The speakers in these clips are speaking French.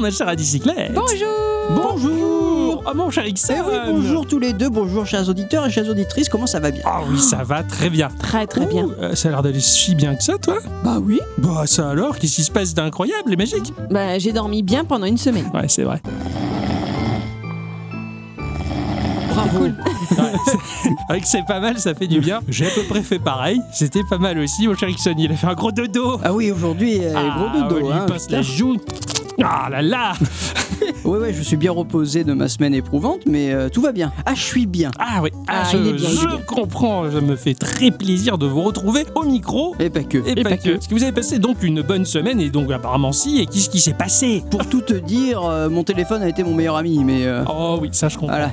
ma chère à bicyclette. Bonjour Bonjour Ah mon cher Eh Ixon oui, bonjour tous les deux, bonjour chers auditeurs et chères auditrices, comment ça va bien Ah oui, ça va très bien. Très très bien. Ouh, euh, ça a l'air d'aller si bien que ça, toi Bah oui. Bah ça alors, qu'est-ce qui se passe d'incroyable et magique Bah j'ai dormi bien pendant une semaine. Ouais, c'est vrai. Bravo. Ouais, c'est- Avec c'est pas mal, ça fait du bien. J'ai à peu près fait pareil. C'était pas mal aussi, mon cher Ixon. Il a fait un gros dodo. Ah oui, aujourd'hui, Eh, euh, Ah, gros dodo. on lui hein, passe putain. la joue. Ah là là Ouais, ouais, je suis bien reposé de ma semaine éprouvante, mais euh, tout va bien. Ah, je suis bien. Ah oui, ah, Ah, je, il est bien, il est je bien. comprends, ça me fait très plaisir de vous retrouver au micro. Et Eh, pas que. Et, pas, que. Parce que vous avez passé donc une bonne semaine et donc apparemment si, et qu'est-ce qui s'est passé Pour tout te dire, euh, mon téléphone a été mon meilleur ami, mais euh, Oh oui, ça je comprends. voilà.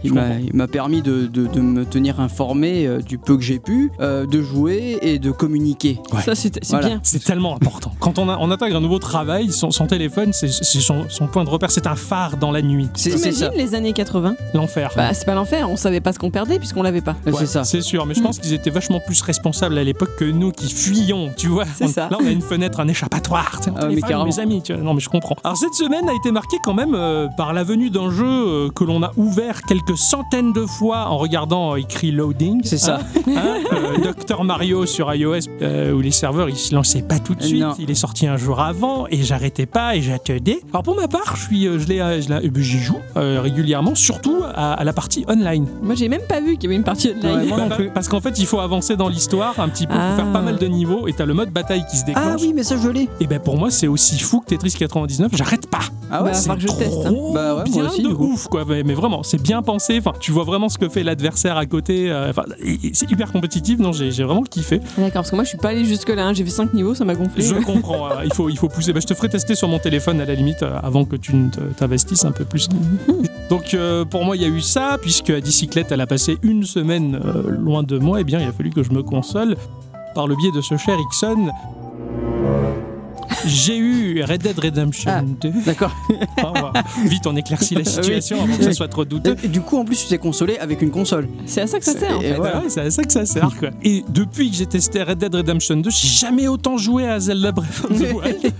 Je Il m'a- comprends. il m'a permis de, de- de me tenir informé euh, du peu que j'ai pu, euh, de jouer et de communiquer. Ouais. Ça c'est c'est Voilà. bien. C'est tellement important. Quand on, a- on intègre un nouveau travail, son, son téléphone, c'est c'est son, son point de repère, c'est un phare dans la nuit. C'est c'est ça. T'imagines les années 80 L'enfer. Bah c'est pas l'enfer, on savait pas ce qu'on perdait puisqu'on l'avait pas. Ouais, Ouais, Euh, c'est ça. C'est Mm. sûr, mais je pense qu'ils étaient vachement plus responsables à l'époque que nous qui fuyons, tu vois. C'est On- ça. Là, on a une fenêtre, un échappatoire. tu sais, mon Ah, mais téléphone, carrément. mes amis, tu vois. Non, mais je comprends. Alors, cette semaine a été marquée quand même euh, par la venue d'un jeu euh, que l'on a ouvert quelques centaines de fois en regardant euh, écrit loading. C'est ça. Hein, euh, Docteur Mario sur iOS, euh, où les serveurs ils se lançaient pas tout de Euh, suite. non. Il est sorti un jour avant et j'arrêtais pas et j'attendais. Alors pour ma part, je suis, euh, je l'ai, euh, je l'ai- euh, ben, j'y joue euh, régulièrement, surtout à, à la partie online. Moi j'ai même pas vu qu'il y avait une partie de live. Ouais, Ah, moi Bah, non bah, plus. Parce qu'en fait, il faut avancer dans l'histoire un petit peu, faut Ah. faire pas mal de niveaux et t'as le mode bataille qui se déclenche. Ah oui, mais ça, je l'ai. Et ben pour moi, c'est aussi fou que Tetris 99. J'arrête pas. Ah ouais, Bah, c'est faut que je trop teste, hein. Bah ouais, moi bien aussi, de du coup. ouf quoi. Mais, mais vraiment, c'est bien pensé. Enfin, tu vois vraiment ce que fait l'adversaire à côté. Euh, Enfin, et- et c'est hyper compétitif. Non, j'ai j'ai vraiment kiffé. Ah, D'accord, parce que moi je suis pas allé jusque là, j'ai fait 5 niveaux, ça m'a gonflé. Je comprends. euh, il faut, il faut pousser. Bah, je te ferai tester sur mon téléphone à la limite euh, avant que tu ne te- t'investisses un peu plus. Donc euh, pour moi, il y a eu ça puisque à bicyclette, elle a passé une semaine euh, loin de moi. Et bien, il a fallu que je me console par le biais de ce cher Ixon. J'ai eu Red Dead Redemption Ah. 2. D'accord. Au revoir. Vite, on éclaircit la situation avant que ça soit trop douteux. Et Du coup, en plus, tu t'es consolé avec une console. C'est à ça que ça sert. en Et fait. voilà. Ouais, ouais, c'est à ça que ça sert quoi. Et depuis que j'ai testé Red Dead Redemption 2, j'ai jamais autant joué à Zelda Breath of the Wild.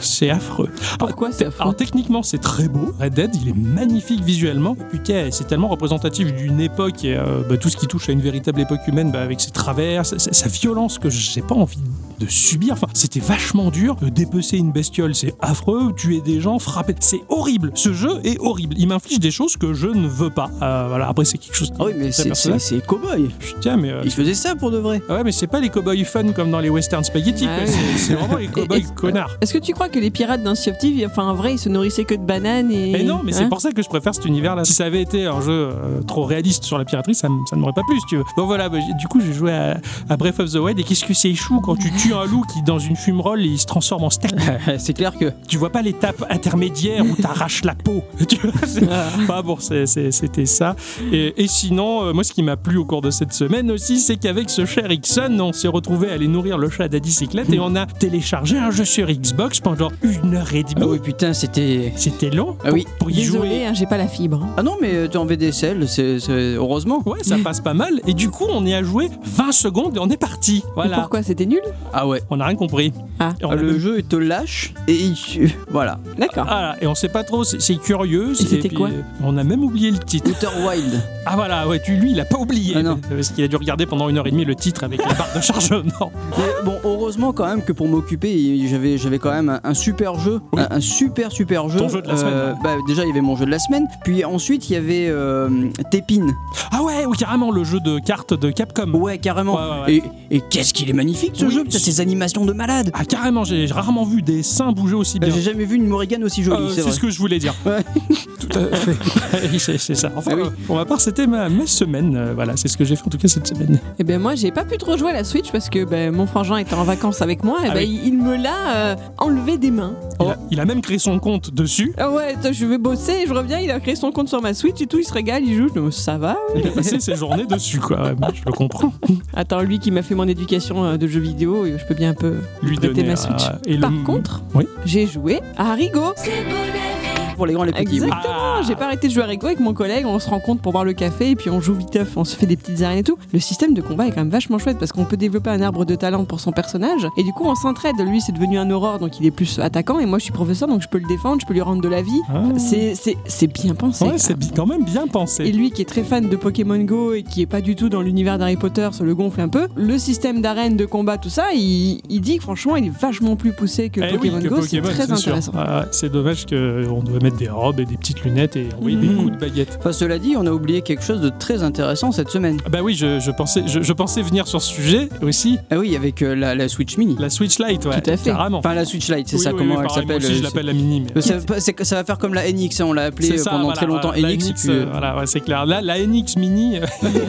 c'est affreux. Pourquoi c'est affreux Alors techniquement c'est très beau, Red Dead il est magnifique visuellement, et puis qu'est- c'est tellement représentatif d'une époque et euh, bah, tout ce qui touche à une véritable époque humaine bah, avec ses travers, sa, sa- sa violence que j'ai pas envie de subir, enfin c'était vachement dur, Euh, dépecer une bestiole c'est affreux, tuer des gens, frapper, c'est horrible, ce jeu est horrible, il m'inflige des choses que je ne veux pas, Euh, voilà après c'est quelque chose Ah oui, mais Très c'est- c'est personnel. c'est cow-boy. Putain, mais. euh, Ils faisaient ça pour de vrai. ah ouais, mais c'est pas les cowboys fun comme dans les western spaghetti, quoi. Ah oui. C'est- c'est vraiment les Et- cowboys et- connards. Est-ce que tu crois que les pirates d'un Sea enfin en vrai, ils se nourrissaient que de bananes et. Mais non, mais c'est Hein pour ça que je préfère cet univers-là. Si ça avait été un jeu euh, trop réaliste sur la piraterie, ça, m- ça ne m'aurait pas plu, si tu veux. Donc voilà, bah, j'ai- du coup, j'ai joué à, à Breath of the Wild, et qu'est-ce que c'est chou quand tu tues un loup qui, dans une fumerolle, il se transforme en steak. c'est clair que. Tu vois pas l'étape intermédiaire où t'arraches la peau. Tu vois, c'est- Ah. Enfin bon, c'est- c'est- c'était ça. Et, et sinon, euh, moi, ce qui m'a plu au cours de cette semaine aussi, c'est qu'avec ce cher Ixon, on s'est retrouvé à aller nourrir le chat d'Adicyclette et on a téléchargé un jeu sur Xbox pendant une heure et demie. Ah oui, putain, c'était. C'était long Ah oui. pour y Désolé, jouer. hein, j'ai pas la fibre. Ah non, mais t'es en VDSL, c'est c'est- heureusement. Ouais, ça passe pas mal. Et du coup, on y a joué 20 secondes et on est parti. Et Voilà. Pourquoi c'était nul Ah ouais. On n'a rien compris. Ah. Et on, a le même- jeu il te lâche et il- voilà. D'accord. Voilà. Et on sait pas trop, c'est c'est curieux. c'est- c'était et puis, quoi euh, On a même oublié le titre. Outer Wild. Ah voilà, ouais, tu, lui, il a pas oublié. Ah non. Parce qu'il a dû regarder pendant une heure et demie le titre avec la barre de chargement. Mais bon, heureusement quand même que pour m'occuper, j'avais j'avais quand même un, un super jeu, Oui. un, un super super jeu. Ton jeu de la semaine. bah, déjà il y avait mon jeu de la semaine, puis ensuite il y avait euh, Tépine. Ah ouais, ou carrément le jeu de cartes de Capcom. Ouais, carrément. Ouais, ouais, ouais. Et, et qu'est-ce qu'il est magnifique ce Oui, jeu, putain, c'est- ces animations de malade. Ah carrément, j'ai j'ai rarement vu des seins bouger aussi bien. Ah, J'ai jamais vu une Morrigan aussi jolie, Euh, c'est vrai. c'est ce que je voulais dire. Ouais. Tout à fait. Oui, c'est c'est ça. Enfin, Ah oui. euh, pour ma part, c'était ma, ma semaine. Euh, voilà, c'est ce que j'ai fait en tout cas cette semaine. Et ben moi, j'ai pas pu trop jouer à la Switch parce que ben, mon frangin était en vacances avec moi. Et Ah ben, oui. il, il me l'a euh, enlevé des mains. Oh. Il, a, il a même créé son compte dessus. Ah ouais, attends, je vais bosser, je reviens, il a créé son compte sur ma Switch et tout, il se régale, il joue. Je dis, mais ça va ouais. Il a passé ses journées dessus, quoi. Ouais, moi, je le comprends. Attends, lui qui m'a fait mon éducation euh, de jeux vidéo, euh, je peux bien un peu Lui prêter donner ma à- Switch. et le- Par contre, Oui. j'ai joué à Rigo. Pour les grands et les petits. oui. Exact. Ah, non, j'ai pas arrêté de jouer à Rego avec mon collègue. On se rencontre pour boire le café et puis on joue viteuf, on se fait des petites arènes et tout. Le système de combat est quand même vachement chouette parce qu'on peut développer un arbre de talent pour son personnage et du coup on s'entraide. Lui c'est devenu un aurore donc il est plus attaquant et moi je suis professeur donc je peux le défendre, je peux lui rendre de la vie. Ah. C'est- C'est c'est bien pensé. Ouais, quand c'est même. bi- quand même bien Et pensé. lui qui est très fan de Pokémon Go et qui est pas du tout dans l'univers d'Harry Potter se le gonfle un peu. Le système d'arène, de combat, tout ça, il, il dit que franchement il est vachement plus poussé que Eh oui, Pokémon que Go, c'est Pokémon, très sûr. intéressant. Ah, c'est dommage qu'on doit mettre des robes et des petites lunettes et envoyer des Mhm. coups de baguette. Enfin, cela dit, on a oublié quelque chose de très intéressant cette semaine. Ah Bah oui, je, je pensais, je, je pensais venir sur ce sujet aussi, Ah oui, avec euh, la, la Switch Mini. la Switch Lite, ouais, Tout à fait. carrément. Enfin, la Switch Lite, c'est Oui, ça, oui, comment oui, elle pareil, moi s'appelle aussi, je euh, l'appelle la mini. mais- Euh, ça, va pas- c'est- ça va faire comme la NX, hein, on l'a appelée C'est euh, ça, pendant voilà, très longtemps la- la NX. et puis, euh, euh, voilà, ouais, c'est clair. Là, la NX Mini, euh,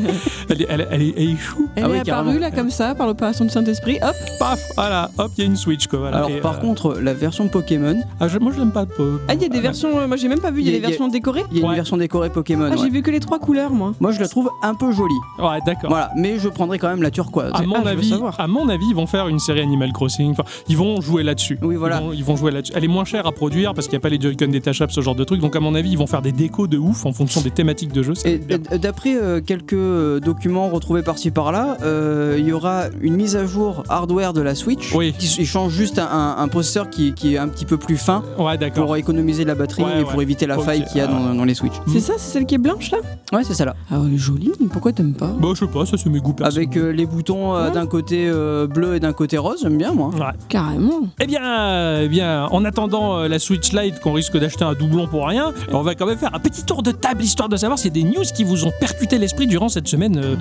elle, est, elle, elle est, elle est chou. Elle Ah est oui, apparue carrément. là comme ça par l'opération de Saint-Esprit, hop, Paf, voilà, hop, il y a une Switch. Quoi, voilà. Alors, Et, par euh, contre, la version Pokémon, ah, je- moi, je l'aime pas. euh, Ah, il y a des bah, versions, euh, moi j'ai même pas vu, il y a Y a- des versions décorées. il y a Ouais. une version décorée Pokémon. Ah, ouais. j'ai vu que les trois couleurs moi. Moi, je la trouve un peu jolie. Ouais, d'accord. Voilà, mais je prendrai quand même la turquoise. À ah, mon, je veux avis, savoir. à mon avis, ils vont faire une série Animal Crossing. Enfin, ils vont jouer là-dessus. Oui, voilà. Ils vont, ils vont jouer là-dessus. Elle est moins chère à produire parce qu'il n'y a pas les Joy-Con détachables, ce genre de truc. Donc, à mon avis, ils vont faire des décos de ouf en fonction des thématiques de jeu. Ça va Et être bien. d- d'après euh, quelques euh, documents retrouvés par-ci par-là, euh, il y aura une mise à jour hardware de la Switch. Oui. Qui, s- il change juste un, un- un processeur qui, qui est un petit peu plus fin Ouais, d'accord. pour économiser la batterie Ouais, et ouais. pour éviter la Ok, faille qu'il y a ah. dans, dans les Switch. Mm. C'est ça, c'est celle qui est blanche là Ouais, c'est ça là. Ah, elle est jolie, pourquoi t'aimes pas Bah, je sais pas, ça c'est mes goûts personnels. Avec euh, les boutons euh, Ouais. d'un côté euh, bleu et d'un côté rose, j'aime bien moi. Ouais. Carrément. Eh bien, eh bien, en attendant euh, la Switch Lite qu'on risque d'acheter un doublon pour rien, on va quand même faire un petit tour de table histoire de savoir s'il y a des news qui vous ont percuté l'esprit durant cette semaine. euh,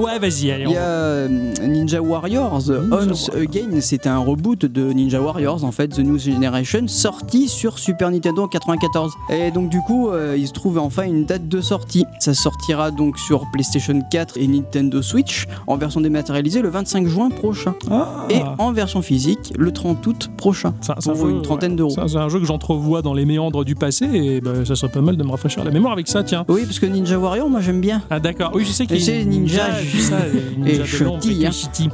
Ouais, vas-y, allez. Il on- y a euh, Ninja Warriors The Ninja Once Warriors. Again, c'était un reboot de Ninja Warriors en fait, The New Generation, sorti sur Super Nintendo en 94. Et donc du coup, euh, il se trouve enfin une date de sortie. Ça sortira donc sur PlayStation 4 et Nintendo Switch en version dématérialisée le 25 juin prochain Ah, et en version physique le 30 août prochain. c'est un- c'est Ça un vaut jeu, une trentaine ouais. d'euros. C'est un- C'est un jeu que j'entrevois dans les méandres du passé et bah, ça serait pas mal de me rafraîchir la mémoire avec ça, tiens. Oui, parce que Ninja Warrior, moi j'aime bien. Ah d'accord, oui je sais qu'il y a une Et c'est ninja, ninja, tout ça, une ninja de l'ombre chutty, et hein. tout, chutty.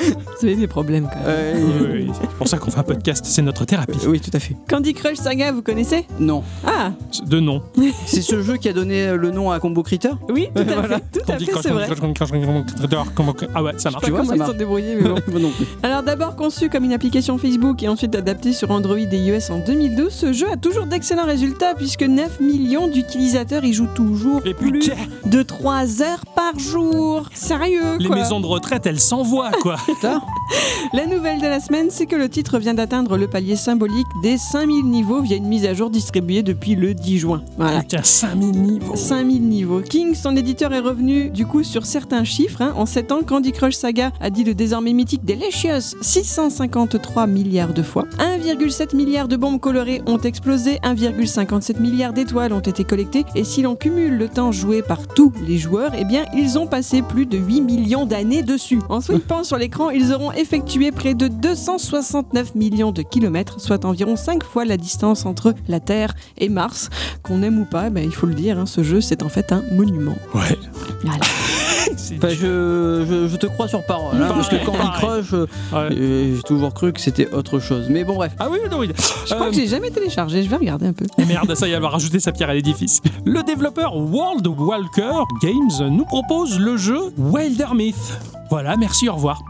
Vous avez des problèmes quand même. Euh, Oui, oui, oui. C'est pour ça qu'on fait un podcast, c'est notre thérapie. euh, oui, tout à fait. Candy Crush Saga, vous connaissez Non, Ah, Euh, De nom. c'est ce jeu qui a donné le nom à Combo Critter. oui, tout à fait, tout à Candy fait, Crush, c'est vrai. Candy Crush, Candy Crush, Candy Crush, Candy Crush. Ah ouais, ça marche. Je sais Tu pas vois, comment ça ils marche. sont débrouillés, mais bon. Moi non plus. Alors d'abord conçu comme une application Facebook et ensuite adapté sur Android et iOS en 2012, ce jeu a toujours d'excellents résultats puisque 9 millions d'utilisateurs y jouent toujours Et plus putain, de 3 heures par jour. Sérieux les quoi. maisons de retraite, elles s'envoient quoi. La nouvelle de la semaine, c'est que le titre vient d'atteindre le palier symbolique des 5000 niveaux via une mise à jour distribuée depuis le 10 juin. Voilà. Putain, 5000 niveaux. 5000 niveaux. King, son éditeur, est revenu du coup sur certains chiffres. hein. En 7 ans, Candy Crush Saga a dit le désormais mythique Delicious 653 milliards de fois. 1,7 milliard de bombes colorées ont explosé, 1,57 milliard d'étoiles ont été collectées. Et si l'on cumule le temps joué par tous les joueurs, eh bien, ils ont passé plus de 8 millions d'années dessus. En sweepant sur l'écran, ils auront effectué près de 269 millions de kilomètres, soit environ 5 fois la distance entre la Terre et Mars. Qu'on aime ou pas, ben, il faut le dire, hein, ce jeu c'est en fait un monument. Ouais. Voilà. Euh, C'est- Enfin, Bah, je, je, je te crois sur parole, hein, Pareil, parce que quand pareil. il croche, euh, Ouais. euh, j'ai toujours cru que c'était autre chose. Mais bon, bref. Ah oui, non, oui. Je crois Euh, que j'ai jamais téléchargé, je vais regarder un peu. Et merde, ça y est, elle va rajouter sa pierre à l'édifice. Le développeur World Walker Games nous propose le jeu Wilder Myth. Voilà, merci, au revoir.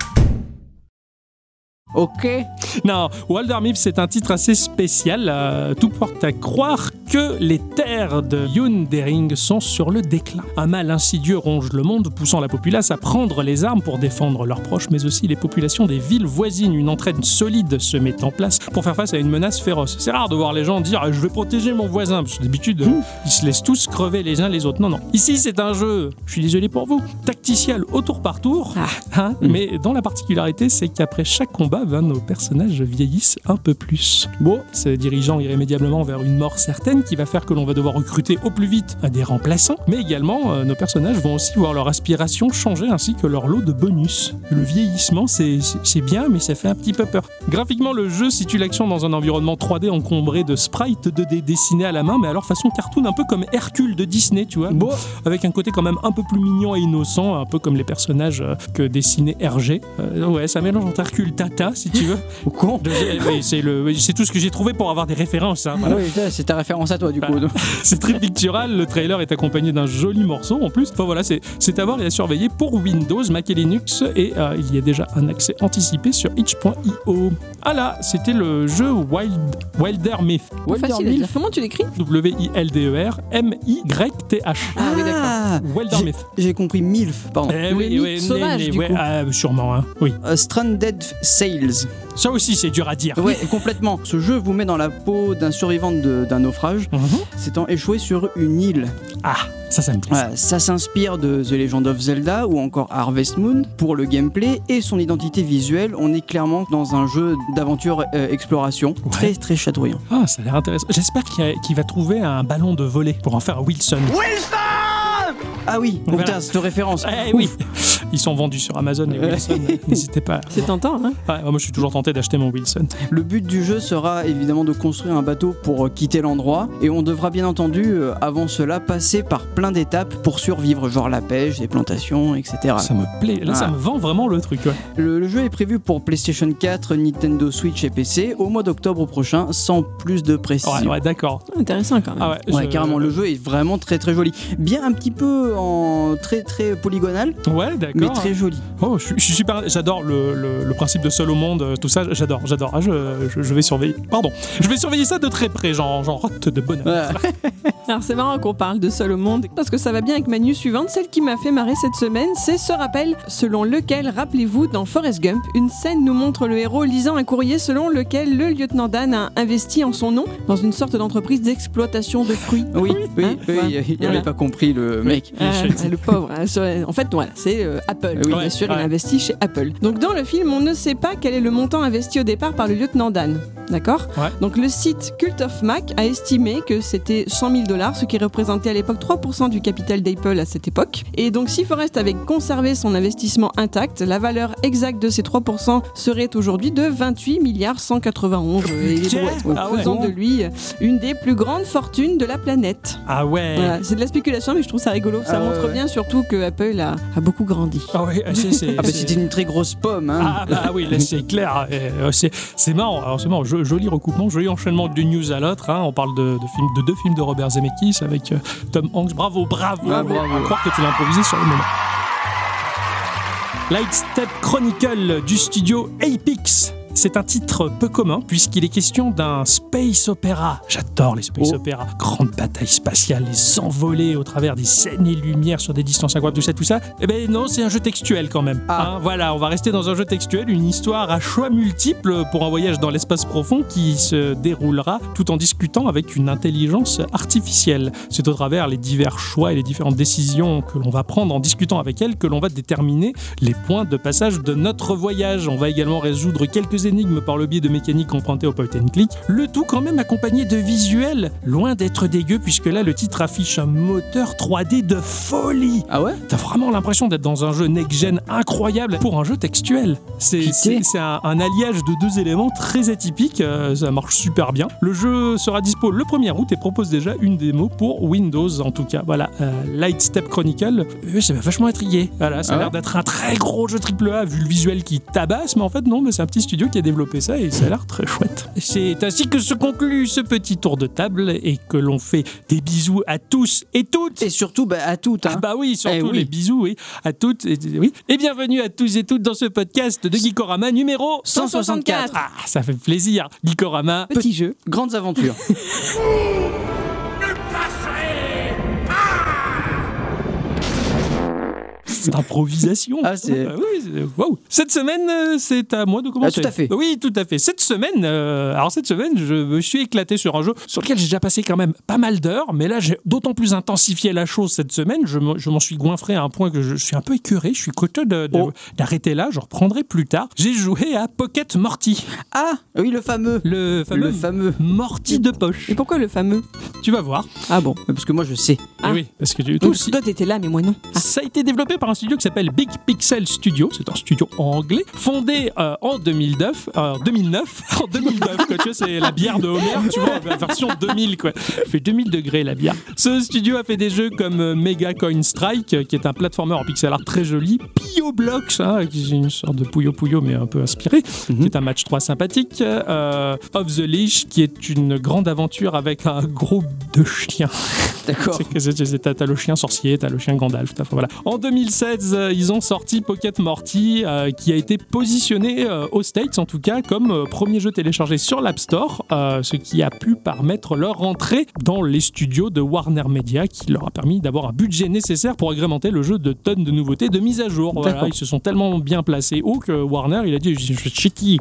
Ok. Non, Wilder Myth, c'est un titre assez spécial. euh, tout porte à croire que les terres de Yundering sont sur le déclin. Un mal insidieux ronge le monde, poussant la populace à prendre les armes pour défendre leurs proches, mais aussi les populations des villes voisines. Une entraide solide se met en place pour faire face à une menace féroce. C'est rare de voir les gens dire « je vais protéger mon voisin », parce que d'habitude, euh, ils se laissent tous crever les uns les autres. Non, non. Ici, c'est un jeu, je suis désolé pour vous, tacticiel au tour par tour, Hein, Mm. Mais dont la particularité, c'est qu'après chaque combat, ben, nos personnages vieillissent un peu plus. Bon, se dirigeant irrémédiablement vers une mort certaine qui va faire que l'on va devoir recruter au plus vite des remplaçants, mais également euh, nos personnages vont aussi voir leur aspiration changer ainsi que leur lot de bonus. Le vieillissement, c'est c'est- c'est bien, mais ça fait un petit peu peur. Graphiquement, le jeu situe l'action dans un environnement 3D encombré de sprites 2D dessinés à la main, mais alors façon cartoon, un peu comme Hercule de Disney, tu vois Bon, avec un côté quand même un peu plus mignon et innocent, un peu comme les personnages euh, que dessinait Hergé. Euh, ouais, ça mélange entre Hercule Tata, si tu veux. au con. De- eh oui, c'est le- oui, c'est tout ce que j'ai trouvé pour avoir des références. hein, voilà. Ah oui, putain, c'est ta référence à toi du coup. C'est très pictural, le trailer est accompagné d'un joli morceau en plus. Enfin voilà, c'est c'est à voir et à surveiller pour Windows, Mac et Linux, et euh, il y a déjà un accès anticipé sur itch.io. Ah là, c'était le jeu Wild, Wilder Myth. Wilder Facile à Myth. dire. Comment tu l'écris W-I-L-D-E-R M-I-Y-T-H. Ah Euh. oui, d'accord. Wilder J'ai- Myth. J'ai compris MILF, pardon. Eh le mythe né- sauvage, né- du ouais, coup. ah, sûrement, hein. oui. Euh, Stranded Sales. Ça aussi, c'est dur à dire. Ouais, complètement. Ce jeu vous met dans la peau d'un survivant de- d'un naufrage Mhm. s'étant échoué sur une île. Ah, ça, ça me plaît. Voilà, ça s'inspire de The Legend of Zelda ou encore Harvest Moon pour le gameplay et son identité visuelle. On est clairement dans un jeu d'aventure euh, exploration très très chatoyant. Ah, ça a l'air intéressant. J'espère qu'il y a- qu'il va trouver un ballon de volet pour en faire un Wilson. Ah oui, donc Voilà. putain, cette référence. Eh oui, ils sont vendus sur Amazon et Wilson. N'hésitez pas. C'est tentant, hein Ah, moi, je suis toujours tenté d'acheter mon Wilson. Le but du jeu sera évidemment de construire un bateau pour euh, quitter l'endroit et on devra bien entendu euh, avant cela passer par plein d'étapes pour survivre, genre la pêche, les plantations, etc. Ça me plaît. Là, ça Ah. me vend vraiment le truc. ouais. Le, le jeu est prévu pour PlayStation 4, Nintendo Switch et PC au mois d'octobre prochain sans plus de précision. Ouais, ouais, d'accord. Intéressant quand même. Ah ouais, Ouais, je- carrément, le jeu est vraiment très très joli. Bien un petit peu en très très polygonal, Ouais, mais d'accord. très joli. Oh, je, suis- je suis super. J'adore le, le- le principe de seul au monde, euh, tout ça. J'adore, j'adore. Ah, je, je- je vais surveiller. Pardon. Je vais surveiller ça de très près. J'en j'en rote de bonheur. Ouais. Alors c'est marrant qu'on parle de Seul au monde parce que ça va bien avec ma news suivante. Celle qui m'a fait marrer cette semaine, c'est ce rappel selon lequel, rappelez-vous, dans Forrest Gump, une scène nous montre le héros lisant un courrier selon lequel le lieutenant Dan a investi en son nom dans une sorte d'entreprise d'exploitation de fruits. Oui, oui, Hein oui, Ouais. il n'avait Voilà. pas compris le mec. Ah, Ah, shit. le pauvre. hein, sur- En fait, voilà, c'est euh, Apple. Ah oui. bien sûr, Ouais. il a investi chez Apple. Donc, dans le film, on ne sait pas quel est le montant investi au départ par le lieutenant Dan. D'accord Ouais. Donc, le site Cult of Mac a estimé que c'était 100 000 dollars, ce qui représentait à l'époque 3% du capital d'Apple à cette époque. Et donc, si Forrest avait conservé son investissement intact, la valeur exacte de ces 3% serait aujourd'hui de 28 milliards 191 euh, Oh, Putain et- ouais, Ah ouais. faisant de lui euh, une des plus grandes fortunes de la planète. Ah ouais. Voilà, c'est de la spéculation, mais je trouve ça rigolo. Ça Ah ouais, montre ouais. bien surtout que Apple a, a beaucoup grandi. Ah ouais. c'est- c'est- Ah bah c'est- c'était une très grosse pomme. Ah, Hein. bah oui, là c'est clair. Et, euh, C'est c'est marrant. Alors c'est marrant. Jo- Joli recoupement, joli enchaînement d'une news à l'autre. hein. On parle de, de films- de deux films de Robert Zemeckis avec euh, Tom Hanks. Bravo, bravo. Ah, bravo. On va croire que tu l'as improvisé sur le moment. Lightstep Chronicle du studio Apix. C'est un titre peu commun puisqu'il est question d'un space opéra. J'adore les space Oh. opéras. Grande bataille spatiale, les envolées au travers des années-lumière sur des distances incroyables, tout ça, tout ça. Eh ben non, c'est un jeu textuel quand même. Ah. Hein, voilà, on va rester dans un jeu textuel, une histoire à choix multiples pour un voyage dans l'espace profond qui se déroulera tout en discutant avec une intelligence artificielle. C'est au travers les divers choix et les différentes décisions que l'on va prendre en discutant avec elle que l'on va déterminer les points de passage de notre voyage. On va également résoudre quelques énigmes par le biais de mécaniques empruntées au point and click, le tout quand même accompagné de visuels, loin d'être dégueu puisque là le titre affiche un moteur 3D de folie. Ah ouais T'as vraiment l'impression d'être dans un jeu next-gen incroyable pour un jeu textuel. C'est Pitié. c'est- c'est un, un alliage de deux éléments très atypiques, euh, ça marche super bien. Le jeu sera dispo le 1er août et propose déjà une démo pour Windows en tout cas. Voilà, euh, Lightstep Chronicle, euh, ça m'a vachement intrigué. Voilà, ça a Ah ouais l'air d'être un très gros jeu AAA vu le visuel qui tabasse, mais en fait non, mais c'est un petit studio qui a développé ça et ça a l'air très chouette. C'est ainsi que se conclut ce petit tour de table et que l'on fait des bisous à tous et toutes Et surtout bah, à toutes. Hein. ah bah oui, surtout Eh oui. les bisous, oui, à toutes et oui. Et bienvenue à tous et toutes dans ce podcast de Geekorama numéro 164. Ah, ça fait plaisir. Geekorama. Petit jeu. bah. Grandes aventures. C'est improvisation. Ah, c'est- Ah oui, c'est- waouh. Cette semaine, euh, c'est à moi de commencer. Ah, tout à fait. Oui, tout à fait. Cette semaine, euh, alors cette semaine, je me suis éclaté sur un jeu sur lequel j'ai déjà passé quand même pas mal d'heures, mais là, j'ai d'autant plus intensifié la chose cette semaine. Je m'en je m'en suis goinfré à un point que je suis un peu écœuré. Je suis content de- de- Oh. d'arrêter là. Je reprendrai plus tard. J'ai joué à Pocket Morty, ah oui, le fameux. le fameux. Le fameux. Morty de poche. Et pourquoi le fameux Tu vas voir. Ah bon. Parce que moi je sais. Eh Ah. oui, parce que tu Donc, toi, t'étais là, mais moi non. Ah. Ça a été développé par un un studio qui s'appelle Big Pixel Studio. C'est un studio anglais fondé euh, en 2009. euh, 2009 En 2009, quoi. Tu vois, c'est la bière de Homer, tu vois, la version 2000, quoi. Il fait 2000 degrés, la bière. Ce studio a fait des jeux comme euh, Mega Coin Strike, euh, qui est un platformer en pixel art très joli. Pio Blocks, hein, qui est une sorte de Puyo Puyo, mais un peu inspiré qui est un match 3 sympathique. Euh, of the Leash, qui est une grande aventure avec un groupe de chiens. D'accord. C'est que c'est- c'est- T'as t'as le chien sorcier, t'as le chien Gandalf. t'as- Voilà. En 2016, euh, ils ont sorti Pocket Morty, euh, qui a été positionné euh, aux States, en tout cas, comme euh, premier jeu téléchargé sur l'App Store, euh, ce qui a pu permettre leur entrée dans les studios de Warner Media, qui leur a permis d'avoir un budget nécessaire pour agrémenter le jeu de tonnes de nouveautés de mise à jour. Voilà, D'accord. ils se sont tellement bien placés haut que Warner, il a dit, je suis qui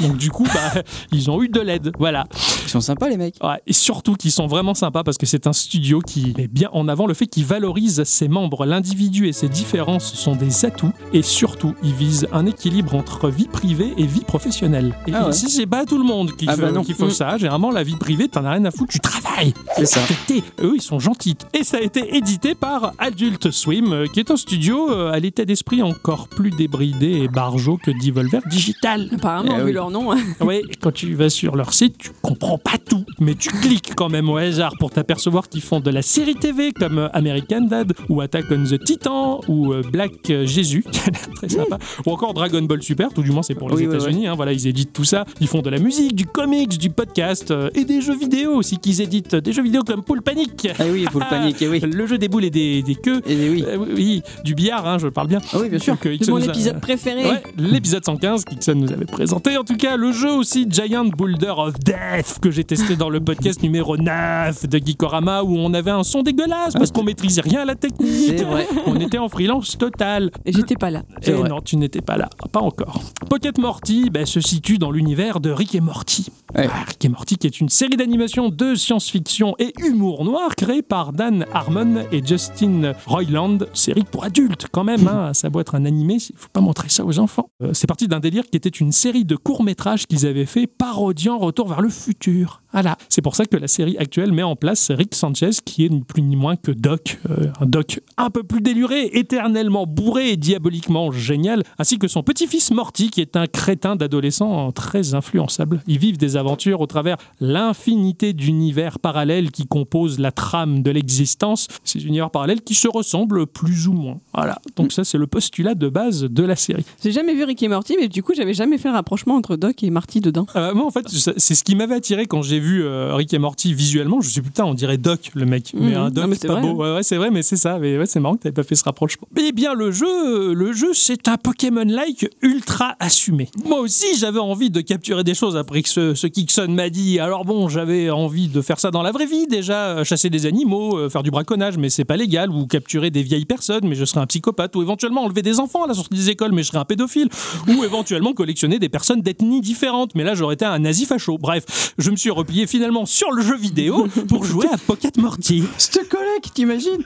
donc du coup, bah, ils ont eu de l'aide. Voilà. Ils sont sympas, les mecs. Ouais, et surtout qu'ils sont vraiment sympas parce que c'est un studio qui met bien en avant le fait qu'il valorise ses membres. L'individu et ses différences sont des atouts. Et surtout, ils visent un équilibre entre vie privée et vie professionnelle. Et Ah ouais. si c'est pas tout le monde qui, Ah fait, bah non. qui faut Mm. ça, généralement la vie privée, t'en as rien à foutre, tu travailles. C'est ça. T'es- Eux, ils sont gentils. Et ça a été édité par Adult Swim, euh, qui est un studio euh, à l'état d'esprit encore plus débridé et barjot que Devolver Digital. Apparemment, Eh vu oui. leur nom. hein, Ah Ouais, et quand tu vas sur leur site, tu comprends pas tout, mais tu cliques quand même au hasard pour t'apercevoir qu'ils font de la série TV comme euh, American Dad ou Attack on the Titan ou euh, Black euh, Jesus, qui a l'air très sympa, ou encore Dragon Ball Super, tout du moins c'est pour les Oui, ouais, États-Unis. hein, voilà, ils éditent tout ça. Ils font de la musique, du comics, du podcast euh, et des jeux vidéo aussi qu'ils éditent. Des jeux vidéo comme Pool Panic, Ah oui, pour le panique, eh oui. le jeu des boules et des, des queues. Et oui. Euh, oui, oui, du billard, hein, je parle bien. Ah oui, bien sûr. Donc, euh, de Ixon mon nous a- épisode préféré. Ouais, l'épisode 115 qu'Ixon nous avait présenté. En tout cas, le jeu aussi Giant Boulder of Death que j'ai testé dans le podcast numéro 9 de Geekorama où on avait un son dégueulasse parce qu'on maîtrisait rien à la technique. C'est vrai. On était en freelance total. Et J'étais pas là. Et C'est vrai. non, tu n'étais pas là, pas encore. Pocket Morty ben, se situe dans l'univers de Rick et Morty. Ouais. Ah, Rick et Morty qui est une série d'animation de science-fiction et humour noir créée par Dan Harmon et Justin Roiland. Série pour adultes quand même, hein. ça doit être un animé, il faut pas montrer ça aux enfants. Euh, C'est parti d'un délire qui était une série de courts-métrages qu'ils avaient fait parodiant Retour vers le futur. Voilà. C'est pour ça que la série actuelle met en place Rick Sanchez qui est ni plus ni moins que Doc, euh, un Doc un peu plus déluré, éternellement bourré et diaboliquement génial, ainsi que son petit-fils Morty, qui est un crétin d'adolescent euh, très influençable. Ils vivent des aventures au travers l'infinité d'univers parallèles qui composent la trame de l'existence, ces univers parallèles qui se ressemblent plus ou moins. Voilà, donc ça c'est le postulat de base de la série. J'ai jamais vu Rick et Morty, mais du coup, j'avais jamais fait un rapprochement entre Doc et Marty dedans. Euh, moi, en fait, ça- c'est ce qui m'avait attiré quand j'ai vu euh, Rick et Morty visuellement. Je me suis dit, putain, on dirait Doc, le mec. Mais Mhm. un Doc, Non, mais c'est c'est pas vrai, beau. Ouais, ouais, c'est vrai, mais c'est ça. Mais ouais, c'est marrant que t'avais pas fait ce rapprochement. Eh bien, le jeu, euh, le jeu, c'est un Pokémon-like ultra assumé. Moi aussi, j'avais envie de capturer des choses après que ce, ce Kixon m'a dit. Alors bon, j'avais envie de faire ça dans la vraie vie. Déjà, euh, chasser des animaux, euh, faire du braconnage, mais c'est pas légal. Ou capturer des vieilles personnes, mais je serais un psychopathe. Ou éventuellement enlever des enfants à la sortie des écoles, mais je serais un pédophile ou éventuellement collectionner des personnes d'ethnies différentes. Mais là, j'aurais été un nazi facho. Bref, je me suis replié finalement sur le jeu vidéo pour jouer à Pocket Morty. C'te collègue, t'imagines